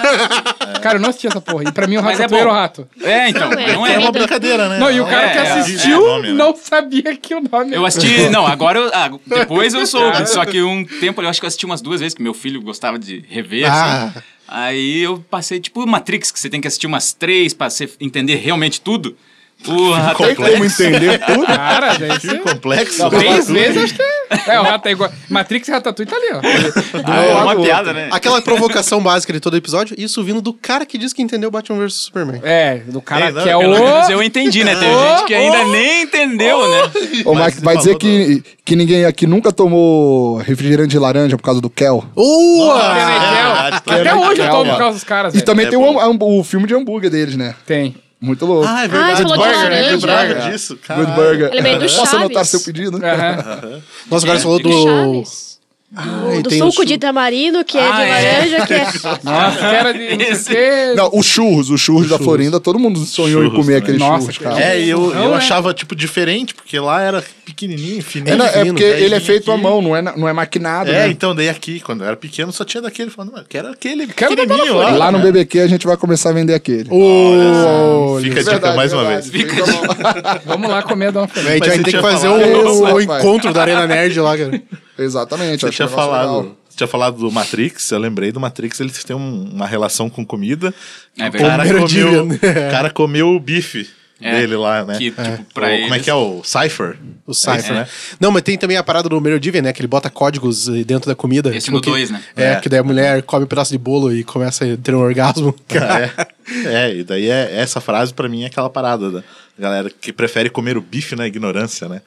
Speaker 5: Cara, eu não assisti essa porra. E pra mim o
Speaker 3: Mas
Speaker 5: rato
Speaker 3: é
Speaker 5: é
Speaker 3: bom.
Speaker 5: era o rato.
Speaker 3: É, então,
Speaker 6: Não é.
Speaker 3: não
Speaker 2: É
Speaker 3: é.
Speaker 2: uma brincadeira, né?
Speaker 5: Não, e o cara
Speaker 3: é,
Speaker 5: que
Speaker 3: é,
Speaker 5: assistiu
Speaker 2: é nome, né?
Speaker 5: não sabia que o nome
Speaker 3: Eu
Speaker 5: era.
Speaker 3: assisti. Não, agora eu. ah, depois eu soube. Só que um tempo eu acho que eu assisti umas duas vezes, que meu filho gostava de rever. assim. Aí eu passei, tipo, Matrix, que você tem que assistir umas três pra você entender realmente tudo. Porra,
Speaker 7: Tem como entender tudo?
Speaker 5: Cara, daí você...
Speaker 2: Complexo.
Speaker 5: Três vezes acho que é. É, o rato é igual. Matrix e Ratatouille tá ali, ó.
Speaker 3: é
Speaker 4: lado
Speaker 3: uma
Speaker 4: do
Speaker 3: piada,
Speaker 4: outro.
Speaker 3: né?
Speaker 4: Aquela provocação básica de todo episódio, isso vindo do cara que diz que entendeu Batman vs Superman.
Speaker 5: É, do cara
Speaker 2: Ei, não,
Speaker 5: que é o.
Speaker 2: pelo
Speaker 3: Pelo menos eu entendi, né? Tem gente que
Speaker 4: Oh,
Speaker 3: ainda nem entendeu, né?
Speaker 7: Ô, Mike, vai dizer que, que ninguém aqui nunca tomou refrigerante de laranja por causa do Kel.
Speaker 4: Ah, é
Speaker 5: Nossa,
Speaker 3: Ah, é
Speaker 5: Tenequel.
Speaker 2: verdade,
Speaker 5: Até hoje eu
Speaker 7: Tenequel,
Speaker 5: tomo por
Speaker 7: mano.
Speaker 5: causa dos caras,
Speaker 7: E
Speaker 4: Então
Speaker 7: também
Speaker 5: velho.
Speaker 2: é
Speaker 7: tem o,
Speaker 2: bom.
Speaker 7: ham- o filme de hambúrguer deles, né?
Speaker 5: Tem.
Speaker 7: Muito louco. É.
Speaker 2: Ah, é
Speaker 6: Ah, você
Speaker 2: verdade.
Speaker 6: falou de
Speaker 5: Burger, né?
Speaker 6: laranja.
Speaker 2: Lembra disso?
Speaker 7: Good
Speaker 2: Caralho.
Speaker 7: Burger.
Speaker 6: Eu lembrei do
Speaker 7: Posso anotar
Speaker 6: Chaves.
Speaker 7: seu pedido?
Speaker 5: Aham.
Speaker 4: Nossa, agora você falou
Speaker 6: Do
Speaker 4: do...
Speaker 6: Chaves.
Speaker 4: Ai,
Speaker 6: Do
Speaker 4: tem um
Speaker 6: suco
Speaker 4: o-
Speaker 6: de tamarindo, que é
Speaker 3: Ah,
Speaker 6: de
Speaker 3: é.
Speaker 6: laranja, que é...
Speaker 5: Nossa, era de não sei o quê.
Speaker 7: Não, os churros, os churros da Florinda, todo mundo sonhou em
Speaker 2: Churros
Speaker 7: comer
Speaker 2: também.
Speaker 7: aqueles
Speaker 5: Nossa,
Speaker 7: churros,
Speaker 5: que-
Speaker 7: cara.
Speaker 2: É, e eu,
Speaker 3: então,
Speaker 5: Não,
Speaker 3: né?
Speaker 2: eu
Speaker 5: é.
Speaker 2: achava, tipo, diferente, porque lá era pequenininho, fininho.
Speaker 7: É, não, é
Speaker 2: fino,
Speaker 7: porque ele é
Speaker 2: velhinho
Speaker 7: feito à
Speaker 2: aqui.
Speaker 7: mão, não é, na- não é maquinado,
Speaker 2: né? É,
Speaker 7: né?
Speaker 2: então daí aqui, quando eu era pequeno, só tinha daquele. Falando, mano, quero aquele
Speaker 5: Quero da
Speaker 2: pequenininho lá. É.
Speaker 7: Lá no BBQ a gente vai começar a vender aquele. É
Speaker 2: Fica a dica mais uma vez.
Speaker 7: vez.
Speaker 5: Vamos lá comer, dar um
Speaker 4: A
Speaker 5: uma
Speaker 2: Mas
Speaker 4: gente
Speaker 5: ferida.
Speaker 4: vai
Speaker 2: você
Speaker 4: ter que
Speaker 2: tinha
Speaker 4: fazer
Speaker 2: falado.
Speaker 4: o,
Speaker 7: Isso,
Speaker 4: o
Speaker 7: rapaz.
Speaker 4: encontro da Arena Nerd lá, cara.
Speaker 7: Exatamente.
Speaker 2: Você
Speaker 7: acho
Speaker 2: tinha
Speaker 7: um negócio legal.
Speaker 2: falado, você tinha falado do Matrix, eu lembrei do Matrix, eles têm um- uma relação com comida.
Speaker 3: É
Speaker 2: O cara,
Speaker 3: verdade.
Speaker 4: Primeiro
Speaker 2: comeu,
Speaker 4: dia, né?
Speaker 2: o cara comeu o bife
Speaker 3: É,
Speaker 2: dele lá, né?
Speaker 3: que, tipo, pra
Speaker 2: O- Como é
Speaker 3: eles-
Speaker 2: que é o Cypher?
Speaker 4: O Cypher,
Speaker 2: né?
Speaker 4: né? Não, mas tem também a parada do Merodivian, né? Que ele bota códigos eh, dentro da comida.
Speaker 3: Esse no
Speaker 4: que-
Speaker 3: dois, né?
Speaker 4: É,
Speaker 2: É.
Speaker 4: que daí a mulher come um pedaço de bolo e começa a ter um orgasmo.
Speaker 2: É, é, e daí é, essa frase pra mim é aquela parada da galera que prefere comer o bife na ignorância, né?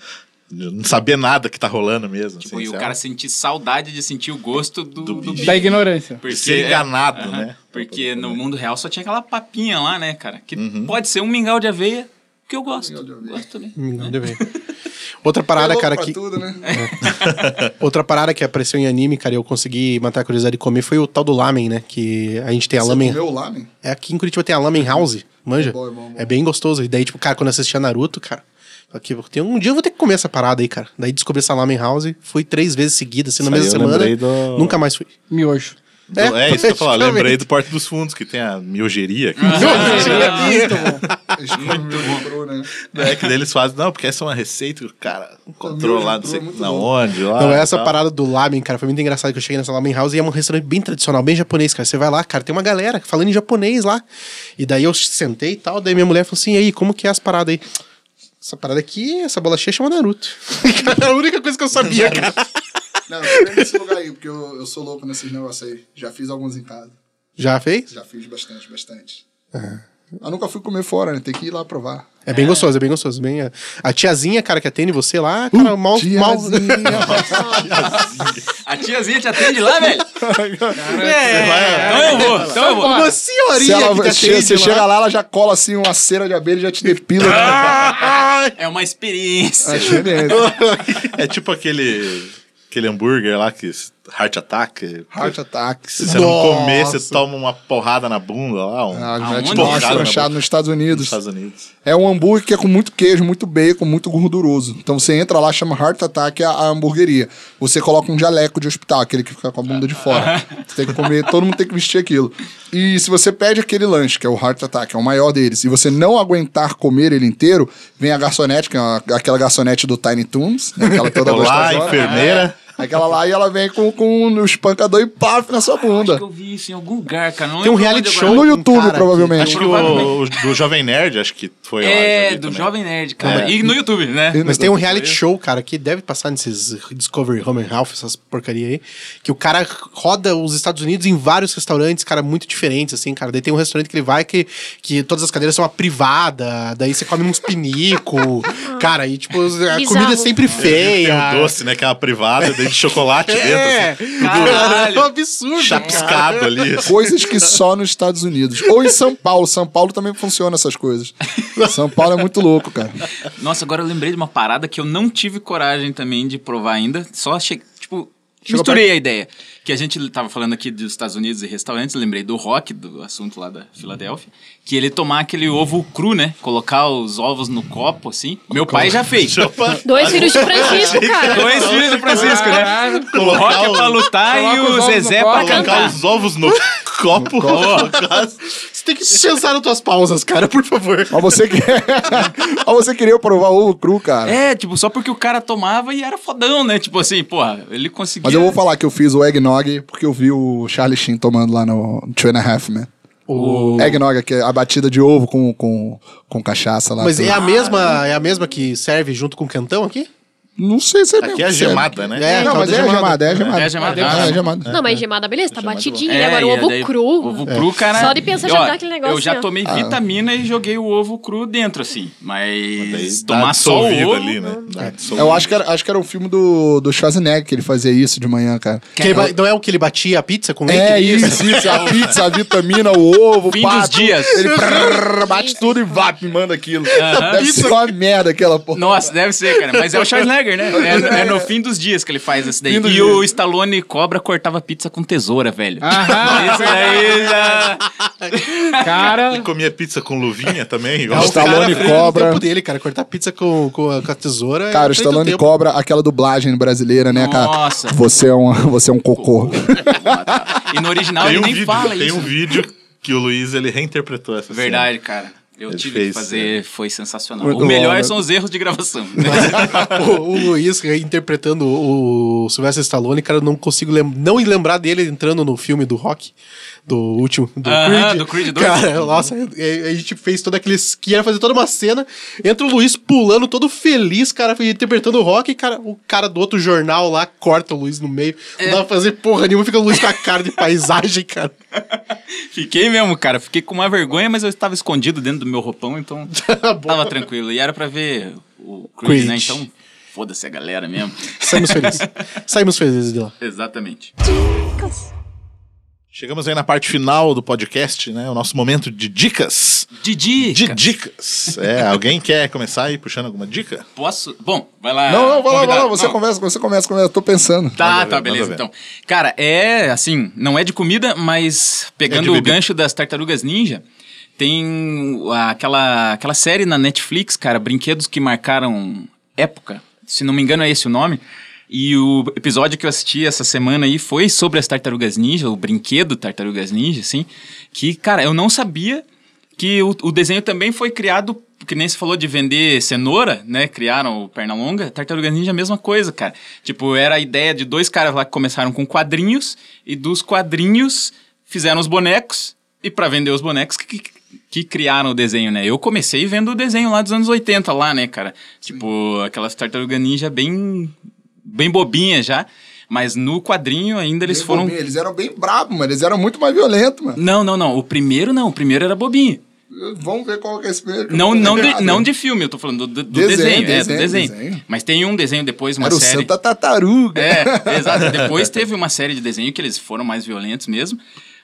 Speaker 2: De não saber nada que tá rolando mesmo.
Speaker 3: Tipo,
Speaker 2: assim,
Speaker 3: e o
Speaker 2: sei
Speaker 3: cara
Speaker 2: lá.
Speaker 3: sentir saudade de sentir o gosto do, do,
Speaker 2: bicho.
Speaker 5: Da ignorância.
Speaker 3: Porque, é-
Speaker 2: ser enganado,
Speaker 3: Aham.
Speaker 2: né?
Speaker 3: Ah, Porque no mundo real só tinha aquela papinha lá, né, cara? Que pode ser um mingau de aveia, que eu gosto. Gosto também.
Speaker 4: Ainda bem. Outra parada,
Speaker 7: Louco
Speaker 4: cara,
Speaker 7: pra
Speaker 4: que,
Speaker 7: tudo, né?
Speaker 4: outra parada que apareceu em anime, cara, e eu consegui matar a curiosidade de comer foi o tal do lamen, né? Que a gente tem a lamen.
Speaker 7: Comeu né? o lamen?
Speaker 4: É aqui em Curitiba tem a lamen house, manja? É,
Speaker 7: bom, é bom, é bom.
Speaker 4: bem gostoso. E daí, tipo, cara, quando eu assistia Naruto, cara, aqui, tem um dia eu vou ter que comer essa parada aí, cara. Daí descobri essa lamen house, fui três vezes seguidas, assim,
Speaker 2: Isso
Speaker 4: na
Speaker 2: aí
Speaker 4: mesma
Speaker 2: eu
Speaker 4: semana.
Speaker 2: lembrei do-
Speaker 4: Nunca mais fui.
Speaker 5: Miojo.
Speaker 2: Do- É, isso que eu falava,
Speaker 4: praticamente.
Speaker 2: lembrei do Porto dos Fundos, que tem a miogeria. Que,
Speaker 7: Eles comem cru, né?
Speaker 2: né, que daí eles fazem, não, porque essa é uma receita que o cara encontrou lá, não sei
Speaker 7: Tá muito
Speaker 2: na
Speaker 7: bom. Então
Speaker 2: onde.
Speaker 7: Ah,
Speaker 2: Lá,
Speaker 4: Não, é essa
Speaker 2: e tal.
Speaker 4: parada do lamen, cara, foi muito engraçado que eu cheguei nessa lamen house e é um restaurante bem tradicional, bem japonês, cara. Você vai lá, cara, tem uma galera falando em japonês lá. E daí eu sentei e tal, daí minha mulher falou assim, e aí, como que é as paradas aí? Essa parada aqui, essa bolachinha chama Naruto. Cara, Era a única coisa que eu sabia, cara.
Speaker 7: Não, eu nesse lugar aí, porque eu, eu sou louco nesses negócios aí. Já fiz alguns em casa.
Speaker 4: Já fez?
Speaker 7: Já fiz bastante, bastante. Eu nunca fui comer fora, né? Tem que ir lá provar.
Speaker 4: É bem gostoso, é bem gostoso. Bem, é. A tiazinha, cara, que atende você lá, cara,
Speaker 7: Uh,
Speaker 4: mal, mal.
Speaker 3: A tiazinha te atende lá, velho? é, então eu vou, então eu vou.
Speaker 4: Uma senhorinha
Speaker 7: Se ela
Speaker 4: que te
Speaker 7: chega,
Speaker 4: atende
Speaker 7: você
Speaker 4: lá.
Speaker 7: chega lá, ela já cola assim uma cera de abelha e já te depila.
Speaker 2: Ah,
Speaker 7: Tá né?
Speaker 3: É uma experiência.
Speaker 7: Experiência.
Speaker 2: é tipo aquele, aquele hambúrguer lá que heart attack.
Speaker 7: Heart attack.
Speaker 2: Se você não comer, você toma uma porrada na bunda lá, um,
Speaker 7: Ah, já te
Speaker 3: Aonde?
Speaker 7: dá uma
Speaker 3: Porrada
Speaker 2: na
Speaker 7: escrachada
Speaker 2: boca.
Speaker 7: nos Estados
Speaker 2: nos
Speaker 7: Unidos.
Speaker 2: Estados Unidos.
Speaker 7: É um hambúrguer que é com muito queijo, muito bacon, muito gorduroso. Então você entra lá, chama Heart Attack a, a hamburgueria. Você coloca um jaleco de hospital, aquele que fica com a bunda de fora. Você tem que comer, todo mundo tem que vestir aquilo. E se você pede aquele lanche, que é o Heart Attack, é o maior deles, e você não aguentar comer ele inteiro, vem a garçonete, que é uma- aquela garçonete do Tiny Toons, né, aquela toda
Speaker 2: Olá,
Speaker 7: gostosona.
Speaker 3: É.
Speaker 2: enfermeira.
Speaker 7: Aquela lá e ela vem com, com o espancador e paf na sua
Speaker 3: Acho
Speaker 7: bunda.
Speaker 3: que eu vi isso em algum lugar, cara. Não
Speaker 4: Tem um
Speaker 3: lembro
Speaker 4: reality
Speaker 3: onde
Speaker 4: show
Speaker 3: agora.
Speaker 7: No
Speaker 4: um
Speaker 7: YouTube,
Speaker 4: cara que-
Speaker 7: provavelmente.
Speaker 2: Acho que o, o do Jovem Nerd, acho que foi lá. eu
Speaker 3: É,
Speaker 2: vi
Speaker 3: do
Speaker 2: também.
Speaker 3: Jovem Nerd, cara. E no YouTube, né?
Speaker 4: Mas tem um reality show, cara, que deve passar nesses Discovery Home and Health, essas porcaria aí, que o cara roda os Estados Unidos em vários restaurantes, cara, muito diferentes, assim, cara. Daí tem um restaurante que ele vai que, que todas as cadeiras são uma privada, daí você come uns pinico, cara, e tipo, a
Speaker 6: Bizarro.
Speaker 4: comida é sempre
Speaker 2: Tem
Speaker 4: feia.
Speaker 2: um doce, né? Que é uma privada, daí de chocolate
Speaker 4: É,
Speaker 2: dentro,
Speaker 4: cara, é um absurdo.
Speaker 2: assim, chapiscado ali. assim.
Speaker 7: Coisas que só nos Estados Unidos. Ou em São Paulo. São Paulo também funciona essas coisas. São Paulo é muito louco, cara.
Speaker 3: Nossa, agora eu lembrei de uma parada que eu não tive coragem também de provar ainda. Só achei, tipo, misturei a ideia. Que a gente tava falando aqui dos Estados Unidos e restaurantes, lembrei do rock, do assunto lá da Filadélfia. Que ele tomar aquele ovo cru, né? Colocar os ovos no copo, assim. Meu pai já fez.
Speaker 6: Dois filhos de Francisco, cara.
Speaker 3: Dois filhos do Francisco, né?
Speaker 5: Caralho.
Speaker 3: O rock é pra lutar
Speaker 5: Coloca
Speaker 3: e o
Speaker 5: os ovos no
Speaker 3: Zezé
Speaker 5: copo.
Speaker 3: pra
Speaker 5: Colocar
Speaker 3: cantar.
Speaker 2: Colocar os ovos no copo.
Speaker 4: Você tem que pensar nas tuas pausas, cara, por favor.
Speaker 7: Mas você, que... Mas você queria provar ovo cru, cara.
Speaker 3: É, tipo, só porque o cara tomava e era fodão, né? Tipo assim, porra, ele conseguia.
Speaker 7: Mas eu vou falar que eu fiz o eggnog porque eu vi o Charlie Sheen tomando lá no Two and a Half, Man. O eggnog, que é a batida de ovo com, com, com cachaça lá.
Speaker 4: Mas
Speaker 7: sei
Speaker 4: é
Speaker 7: lá.
Speaker 4: a mesma, é a mesma que serve junto com o cantão aqui?
Speaker 7: Não sei se é
Speaker 2: Aqui
Speaker 7: mesmo,
Speaker 2: é
Speaker 7: sério.
Speaker 2: gemada, né?
Speaker 7: É, não, mas é
Speaker 4: gemada.
Speaker 7: gemada, é gemada.
Speaker 3: É gemada.
Speaker 7: É gemada.
Speaker 6: Não, mas gemada, beleza, tá batidinho, né?
Speaker 3: É,
Speaker 6: Agora
Speaker 3: e
Speaker 6: o ovo
Speaker 3: daí-
Speaker 6: cru.
Speaker 3: Ovo
Speaker 2: É.
Speaker 3: cru, cara.
Speaker 6: Só de pensar
Speaker 3: e,
Speaker 6: já
Speaker 3: ó,
Speaker 6: dá aquele negócio,
Speaker 3: Eu já
Speaker 6: né?
Speaker 3: tomei
Speaker 2: Ah.
Speaker 3: vitamina e joguei o ovo cru dentro, assim. Mas
Speaker 2: Dá
Speaker 3: tomar só o
Speaker 2: dissolvido
Speaker 3: ovo...
Speaker 2: ali, né? Dá dissolvido.
Speaker 7: Eu acho que, era, acho que era um filme do, do Schwarzenegger que ele fazia isso de manhã, cara.
Speaker 4: Que ele ba- não é o que ele batia a pizza com leite?
Speaker 7: É isso, isso, a pizza, a vitamina, o ovo,
Speaker 3: Fim
Speaker 7: pá,
Speaker 3: dos
Speaker 7: tudo.
Speaker 3: dias.
Speaker 7: Ele prrr, bate tudo e vap, manda aquilo. Deve ser uma merda aquela porra.
Speaker 3: Nossa, deve ser, cara. Mas é o Schwarzenegger, né? É, é no fim dos dias que ele faz esse daí.
Speaker 7: Fim dos
Speaker 3: E
Speaker 7: dias.
Speaker 3: o Stallone Cobra cortava pizza com tesoura, velho.
Speaker 5: Aham.
Speaker 2: é
Speaker 3: Isso daí já...
Speaker 5: Cara,
Speaker 2: Comia pizza com luvinha também.
Speaker 4: É o
Speaker 2: Nossa,
Speaker 7: Stallone
Speaker 4: cara, frente do
Speaker 7: cobra.
Speaker 4: tempo dele, cara. Cortar pizza com, com, a, com a tesoura. é
Speaker 7: Cara, o
Speaker 4: frente do
Speaker 7: Stallone
Speaker 4: tempo.
Speaker 7: cobra aquela dublagem brasileira, né, cara?
Speaker 3: Nossa.
Speaker 7: Você é um, você é um cocô.
Speaker 3: E no original
Speaker 2: tem
Speaker 3: ele
Speaker 2: um
Speaker 3: nem
Speaker 2: vídeo,
Speaker 3: fala
Speaker 2: tem
Speaker 3: isso.
Speaker 2: um vídeo que o Luiz ele reinterpretou essa cena.
Speaker 3: Verdade, cara. Eu
Speaker 2: Ele
Speaker 3: tive
Speaker 2: fez, é.
Speaker 3: que fazer, foi sensacional.
Speaker 7: Muito
Speaker 3: o melhor
Speaker 7: bom, né?
Speaker 3: são os erros de gravação.
Speaker 4: o, o Luiz é, interpretando o, o Sylvester Stallone, cara, eu não consigo lem não lembrar dele entrando no filme do rock, do último, do
Speaker 3: Aham,
Speaker 4: Creed.
Speaker 3: do Creed dois.
Speaker 4: Cara, nossa, é- é- a gente fez toda aquele... Que ia fazer toda uma cena, entra o Luiz pulando, todo feliz, cara, interpretando o rock, e, cara, o cara do outro jornal lá corta o Luiz no meio, não dá pra fazer porra nenhuma, fica o Luiz com a cara de paisagem, cara.
Speaker 3: Fiquei mesmo, cara. Fiquei com uma vergonha, mas eu estava escondido dentro do meu roupão, então tava tranquilo. E era pra ver o Creed,
Speaker 4: Creed.
Speaker 3: né? Então, foda-se a galera mesmo.
Speaker 4: Saímos felizes. Saímos felizes de lá.
Speaker 3: Exatamente.
Speaker 2: Chegamos aí na parte final do podcast, né? O nosso momento de dicas.
Speaker 3: Didi,
Speaker 2: De
Speaker 3: cara,
Speaker 2: dicas. É, alguém quer começar aí puxando alguma dica?
Speaker 3: posso? Bom, vai lá.
Speaker 7: Não, não, vai lá, vai lá,
Speaker 3: convidado.
Speaker 7: você
Speaker 3: Não.
Speaker 7: conversa, você conversa, conversa, tô pensando.
Speaker 3: Tá,
Speaker 2: ver,
Speaker 3: tá,
Speaker 2: manda
Speaker 3: beleza.
Speaker 2: ver.
Speaker 3: Então, cara, é assim, não é de comida, mas
Speaker 2: É de
Speaker 3: pegando o
Speaker 2: bebida.
Speaker 3: gancho das Tartarugas Ninja, tem aquela, aquela série na Netflix, cara, Brinquedos que Marcaram Época, se não me engano é esse o nome. E o episódio que eu assisti essa semana aí foi sobre as Tartarugas Ninja, o brinquedo Tartarugas Ninja, assim, que, cara, eu não sabia que o, o desenho também foi criado, que nem se falou de vender cenoura, né? Criaram o Pernalonga, Tartaruga Ninja é a mesma coisa, cara. Tipo, era a ideia de dois caras lá que começaram com quadrinhos e dos quadrinhos fizeram os bonecos e pra vender os bonecos que, que- que criaram o desenho, né? Eu comecei vendo o desenho lá dos anos 80 lá, né, cara? Tipo, aquelas Tartaruga Ninja bem bem bobinha já, mas no quadrinho ainda eles foram
Speaker 7: Eles eram bem bravos, mano. Eles eram muito mais violentos, mano.
Speaker 3: Não, não, não, o primeiro não, o primeiro era bobinho.
Speaker 7: Vamos ver qual que é esse primeiro.
Speaker 3: Não, não, de, não de filme, eu tô falando do, do
Speaker 7: Desenho,
Speaker 3: desenho, é,
Speaker 7: desenho,
Speaker 3: do desenho.
Speaker 7: desenho.
Speaker 3: Mas tem um desenho depois, uma
Speaker 7: Era o
Speaker 3: série.
Speaker 7: Santa Tartaruga.
Speaker 3: É, exato. Depois teve uma série de desenho que eles foram mais violentos mesmo.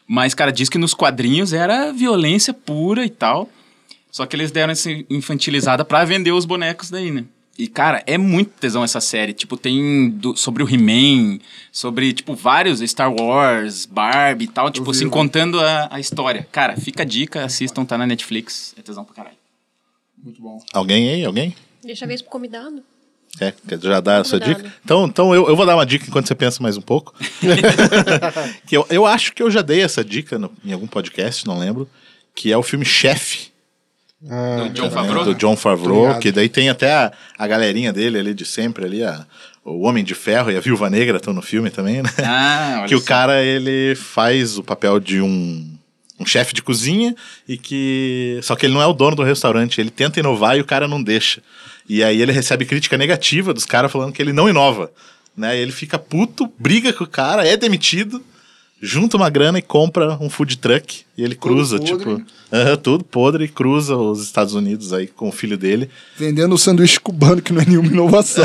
Speaker 3: Mas, cara, diz que nos quadrinhos era violência pura e tal. Só que eles deram essa infantilizada pra vender os bonecos daí, né? E, cara, é muito tesão essa série. Tipo, tem do- sobre o He-Man, sobre, tipo, vários Star Wars, Barbie e tal. Tipo, assim, contando a, a história. Cara, fica a dica, assistam, tá na Netflix. É tesão pra caralho.
Speaker 2: Alguém aí? Alguém?
Speaker 6: Deixa a vez pro convidado.
Speaker 2: Quer, quer já dar a sua
Speaker 6: Convidado.
Speaker 2: dica? Então, então eu, eu vou dar uma dica enquanto você pensa mais um pouco. que eu, eu acho que eu já dei essa dica no- em algum podcast, não lembro. Que é o filme Chefe.
Speaker 4: Ah,
Speaker 10: do John
Speaker 3: um
Speaker 10: Favreau.
Speaker 2: Do John Favreau,
Speaker 7: Obrigado.
Speaker 2: que daí tem até a, a galerinha dele ali de sempre ali, a- o Homem de Ferro e a Viúva Negra estão no filme também, né?
Speaker 3: Ah, olha
Speaker 2: que o
Speaker 3: só.
Speaker 2: cara, ele faz o papel de um, um chefe de cozinha e que... Só que ele não é o dono do restaurante, ele tenta inovar e o cara não deixa. E aí ele recebe crítica negativa dos caras falando que ele não inova, né? E ele fica puto, briga com o cara, é demitido... Junta uma grana e compra um food truck e ele cruza,
Speaker 7: podre.
Speaker 2: tipo.
Speaker 3: né?
Speaker 2: aham, tudo podre, e cruza os Estados Unidos aí com o filho dele.
Speaker 7: Vendendo o sanduíche cubano, que não é nenhuma inovação.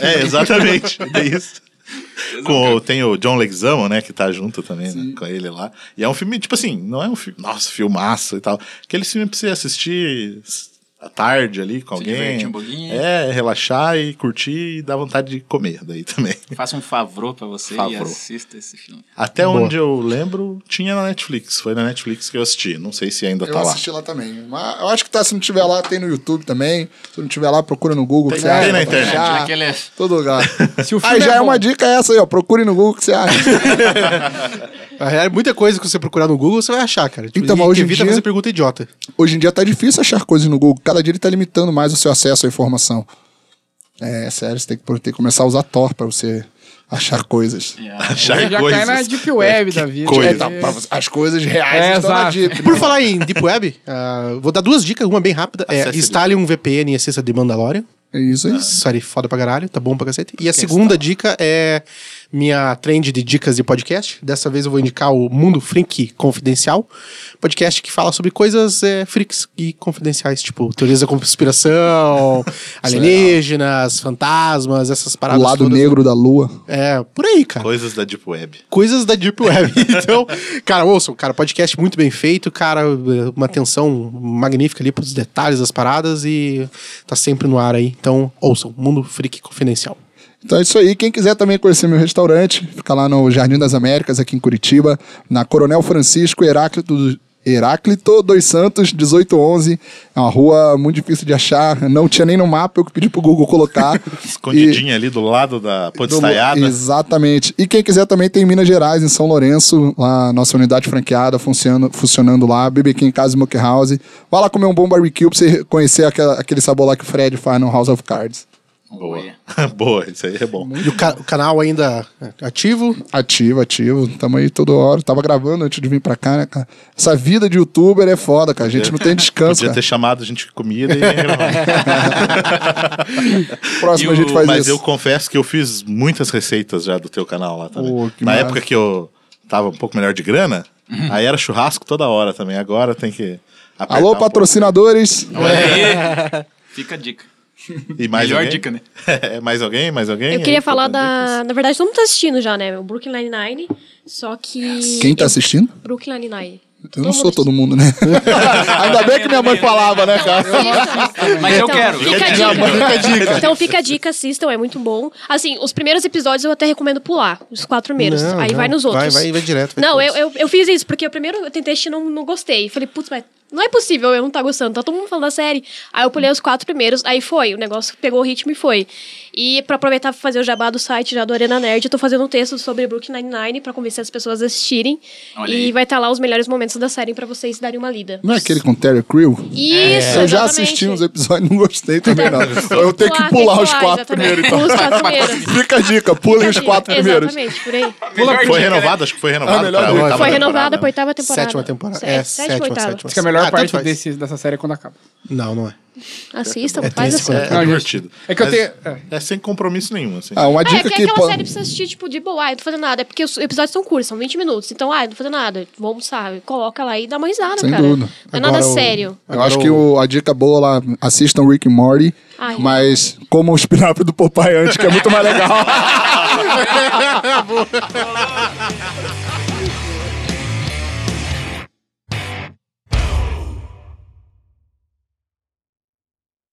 Speaker 2: é, exatamente. É isso. Com, o- tem o John Leguizamo, né, que tá junto também, né, com ele lá. E é um filme, tipo assim, não é um filme, nossa, filmaço e tal. Aquele filme pra você assistir s- à tarde ali com alguém.
Speaker 3: divertir um pouquinho.
Speaker 2: É, relaxar e curtir e dar vontade de comer daí também.
Speaker 3: Faça um favor pra você e
Speaker 2: Favor.
Speaker 3: assista esse filme.
Speaker 2: Até onde eu lembro, tinha na Netflix. Foi na Netflix que eu assisti. Não sei se ainda
Speaker 7: Eu
Speaker 2: tá lá.
Speaker 7: assisti lá também. Mas eu acho que tá, se não tiver lá, tem no YouTube também. Se não tiver lá, procura no Google
Speaker 2: Tem-
Speaker 7: que você
Speaker 2: tem
Speaker 7: acha.
Speaker 2: na
Speaker 7: pra
Speaker 2: internet,
Speaker 7: baixar.
Speaker 3: naquele-
Speaker 7: Todo lugar.
Speaker 5: Se o filme
Speaker 7: Aí já
Speaker 5: é
Speaker 7: é uma
Speaker 5: bom.
Speaker 7: dica essa aí, ó. Procure no Google o que você acha.
Speaker 4: Na real, muita coisa que você procurar no Google, você vai achar, cara. Tipo,
Speaker 7: Então,
Speaker 4: e
Speaker 7: mas hoje em
Speaker 4: evita
Speaker 7: dia-
Speaker 4: fazer pergunta idiota.
Speaker 7: Hoje em dia tá difícil achar coisas no Google. Cada dia ele tá limitando mais o seu acesso à informação. É, sério, você tem que, tem que começar a usar Tor pra você achar coisas.
Speaker 2: Achar
Speaker 5: Ele já
Speaker 2: coisas.
Speaker 5: cai na Deep Web da vida. né?
Speaker 7: É,
Speaker 5: Coisa.
Speaker 7: tá, pra você- as coisas reais
Speaker 5: É,
Speaker 7: estão na né?
Speaker 5: exato.
Speaker 7: Deep.
Speaker 4: Por falar em Deep Web, ah, vou dar duas dicas, uma bem rápida. É,
Speaker 2: Acesse
Speaker 4: instale um VPN e assista The Mandalorian.
Speaker 7: É isso aí.
Speaker 4: Série foda pra caralho, tá bom pra cacete. E a segunda
Speaker 7: tá.
Speaker 4: dica é minha trend de dicas de podcast. Dessa vez eu vou indicar o Mundo Freak Confidencial, podcast que fala sobre coisas é, freaks e confidenciais, tipo teorias da conspiração, alienígenas, fantasmas, essas
Speaker 7: é O
Speaker 4: paradas.
Speaker 7: lado
Speaker 4: todas.
Speaker 7: negro da lua.
Speaker 4: É, por aí, cara
Speaker 2: Coisas da Deep Web.
Speaker 4: coisas da Deep Web. Então, cara, ouçam, cara, podcast muito bem feito, cara, uma atenção magnífica ali pros detalhes das paradas e tá sempre no ar aí. Então, ouçam, Mundo Freak Confidencial.
Speaker 7: Então é isso aí. Quem quiser também conhecer meu restaurante, fica lá no Jardim das Américas, aqui em Curitiba, na Coronel Francisco Heráclito, Heráclito dos Santos, 1811. É uma rua muito difícil de achar. Não tinha nem no mapa, eu que pedi pro Google colocar.
Speaker 2: Escondidinha ali do lado da
Speaker 7: Do-
Speaker 2: podestaiada.
Speaker 7: Exatamente. E quem quiser também tem em Minas Gerais, em São Lourenço, lá nossa unidade franqueada funcionando, funcionando lá, BBQ em casa Smoke House. Vai lá comer um bom barbecue pra você conhecer aquela- aquele sabor lá que o Fred faz no House of Cards.
Speaker 2: Boa. Boa, isso aí é bom.
Speaker 4: E o, ca- o canal ainda ativo.
Speaker 7: Ativo, ativo. Tamo aí toda hora. Tava gravando antes de vir pra cá, né, cara? Essa vida de youtuber é foda, cara. A gente não tem descanso,
Speaker 2: Podia
Speaker 7: cara. É,
Speaker 2: ter chamado a gente que comia daí ia gravar.
Speaker 7: Próximo
Speaker 2: E
Speaker 7: a gente
Speaker 2: o-
Speaker 7: faz
Speaker 2: mas
Speaker 7: isso.
Speaker 2: eu confesso que eu fiz muitas receitas já do teu canal lá também.
Speaker 7: Pô, que
Speaker 2: Na
Speaker 7: massa. Uhum.
Speaker 2: época que eu tava um pouco melhor de grana, aí era churrasco toda hora também. Agora tem que. apertar um
Speaker 7: Alô,
Speaker 2: pouco.
Speaker 7: patrocinadores.
Speaker 3: Fica a dica.
Speaker 2: E mais
Speaker 3: Melhor
Speaker 2: alguém?
Speaker 3: dica, né?
Speaker 2: É, mais alguém? Mais alguém?
Speaker 6: Eu
Speaker 2: Aí,
Speaker 6: queria falar
Speaker 2: faltando dicas.
Speaker 6: da. Na verdade, todo mundo tá assistindo já, né? O Brooklyn Nine-Nine. Só que.
Speaker 7: Quem tá assistindo?
Speaker 6: Brooklyn Nine-Nine.
Speaker 7: Eu não sou todo mundo, né? Ainda bem que minha mãe falava, né, cara?
Speaker 3: Mas eu quero, eu
Speaker 6: Então, Fica a
Speaker 3: quero.
Speaker 6: dica.
Speaker 7: Fica a dica.
Speaker 6: Então fica a dica, assistam, é muito bom. Assim, os primeiros episódios eu até recomendo pular, os quatro primeiros.
Speaker 4: Não,
Speaker 6: aí
Speaker 4: não,
Speaker 6: vai nos outros.
Speaker 4: Vai, vai, vai direto. vai
Speaker 6: Não,
Speaker 4: em
Speaker 6: eu,
Speaker 4: todos.
Speaker 6: eu, eu fiz isso, porque o primeiro eu tentei assistir e não, não gostei. Falei, putz, mas não é possível eu não tá gostando. Tá todo mundo falando da série. Aí eu pulei os quatro primeiros, aí foi. O negócio pegou o ritmo e foi. E pra aproveitar pra fazer o jabá do site já do Arena Nerd, eu tô fazendo um texto sobre Brook 99 pra convencer as pessoas a assistirem.
Speaker 3: Olha
Speaker 6: e
Speaker 3: aí.
Speaker 6: vai estar lá os melhores momentos da série pra vocês darem uma lida.
Speaker 7: Não é aquele com Terry Crew?
Speaker 6: Isso,
Speaker 7: Eu já
Speaker 6: É, exatamente.
Speaker 7: assisti uns episódios e não gostei também, não. Eu tenho
Speaker 6: Pular,
Speaker 7: que pular
Speaker 6: tem
Speaker 7: os quatro
Speaker 6: exatamente.
Speaker 7: primeiros, então.
Speaker 6: Os quatro primeiros.
Speaker 7: Fica a dica, pulem os quatro primeiros.
Speaker 6: Exatamente, por aí.
Speaker 2: Foi
Speaker 3: né?
Speaker 2: renovado, acho que foi renovado.
Speaker 7: Ah, melhor
Speaker 2: pra
Speaker 7: dica.
Speaker 2: oitava
Speaker 6: Foi
Speaker 2: temporada.
Speaker 6: renovada pra oitava temporada.
Speaker 4: Sétima temporada.
Speaker 6: Se-
Speaker 4: É,
Speaker 6: sétima,
Speaker 4: sétima,
Speaker 6: oitava.
Speaker 4: sétima.
Speaker 5: Acho que a melhor
Speaker 4: Ah, tanto
Speaker 5: parte
Speaker 4: faz.
Speaker 5: desse, dessa série é quando acaba.
Speaker 4: Não, não é.
Speaker 6: Assistam, faz
Speaker 4: triste
Speaker 6: assim.
Speaker 4: quando
Speaker 6: É,
Speaker 2: É,
Speaker 5: Não, gente,
Speaker 2: divertido.
Speaker 5: é que eu
Speaker 2: Mas
Speaker 5: tenho-
Speaker 2: É sem compromisso nenhum, assim.
Speaker 7: Ah, uma
Speaker 6: porque é
Speaker 7: dica que...
Speaker 6: aquela
Speaker 7: pô-
Speaker 6: série pra você assistir, tipo, de boa, ah, eu não tô fazendo nada. É porque os episódios são curtos, são 20 minutos. Então, ah, eu não tô fazendo nada. Vou almoçar. Coloca lá e dá uma risada,
Speaker 7: Sem
Speaker 6: cara.
Speaker 7: dúvida.
Speaker 6: Não é nada
Speaker 4: Agora o-
Speaker 6: sério.
Speaker 7: Eu acho que o- a dica boa lá, assistam Rick and Morty,
Speaker 6: Ai.
Speaker 7: mas comam os espinafre do Popeye antes, que é muito mais legal.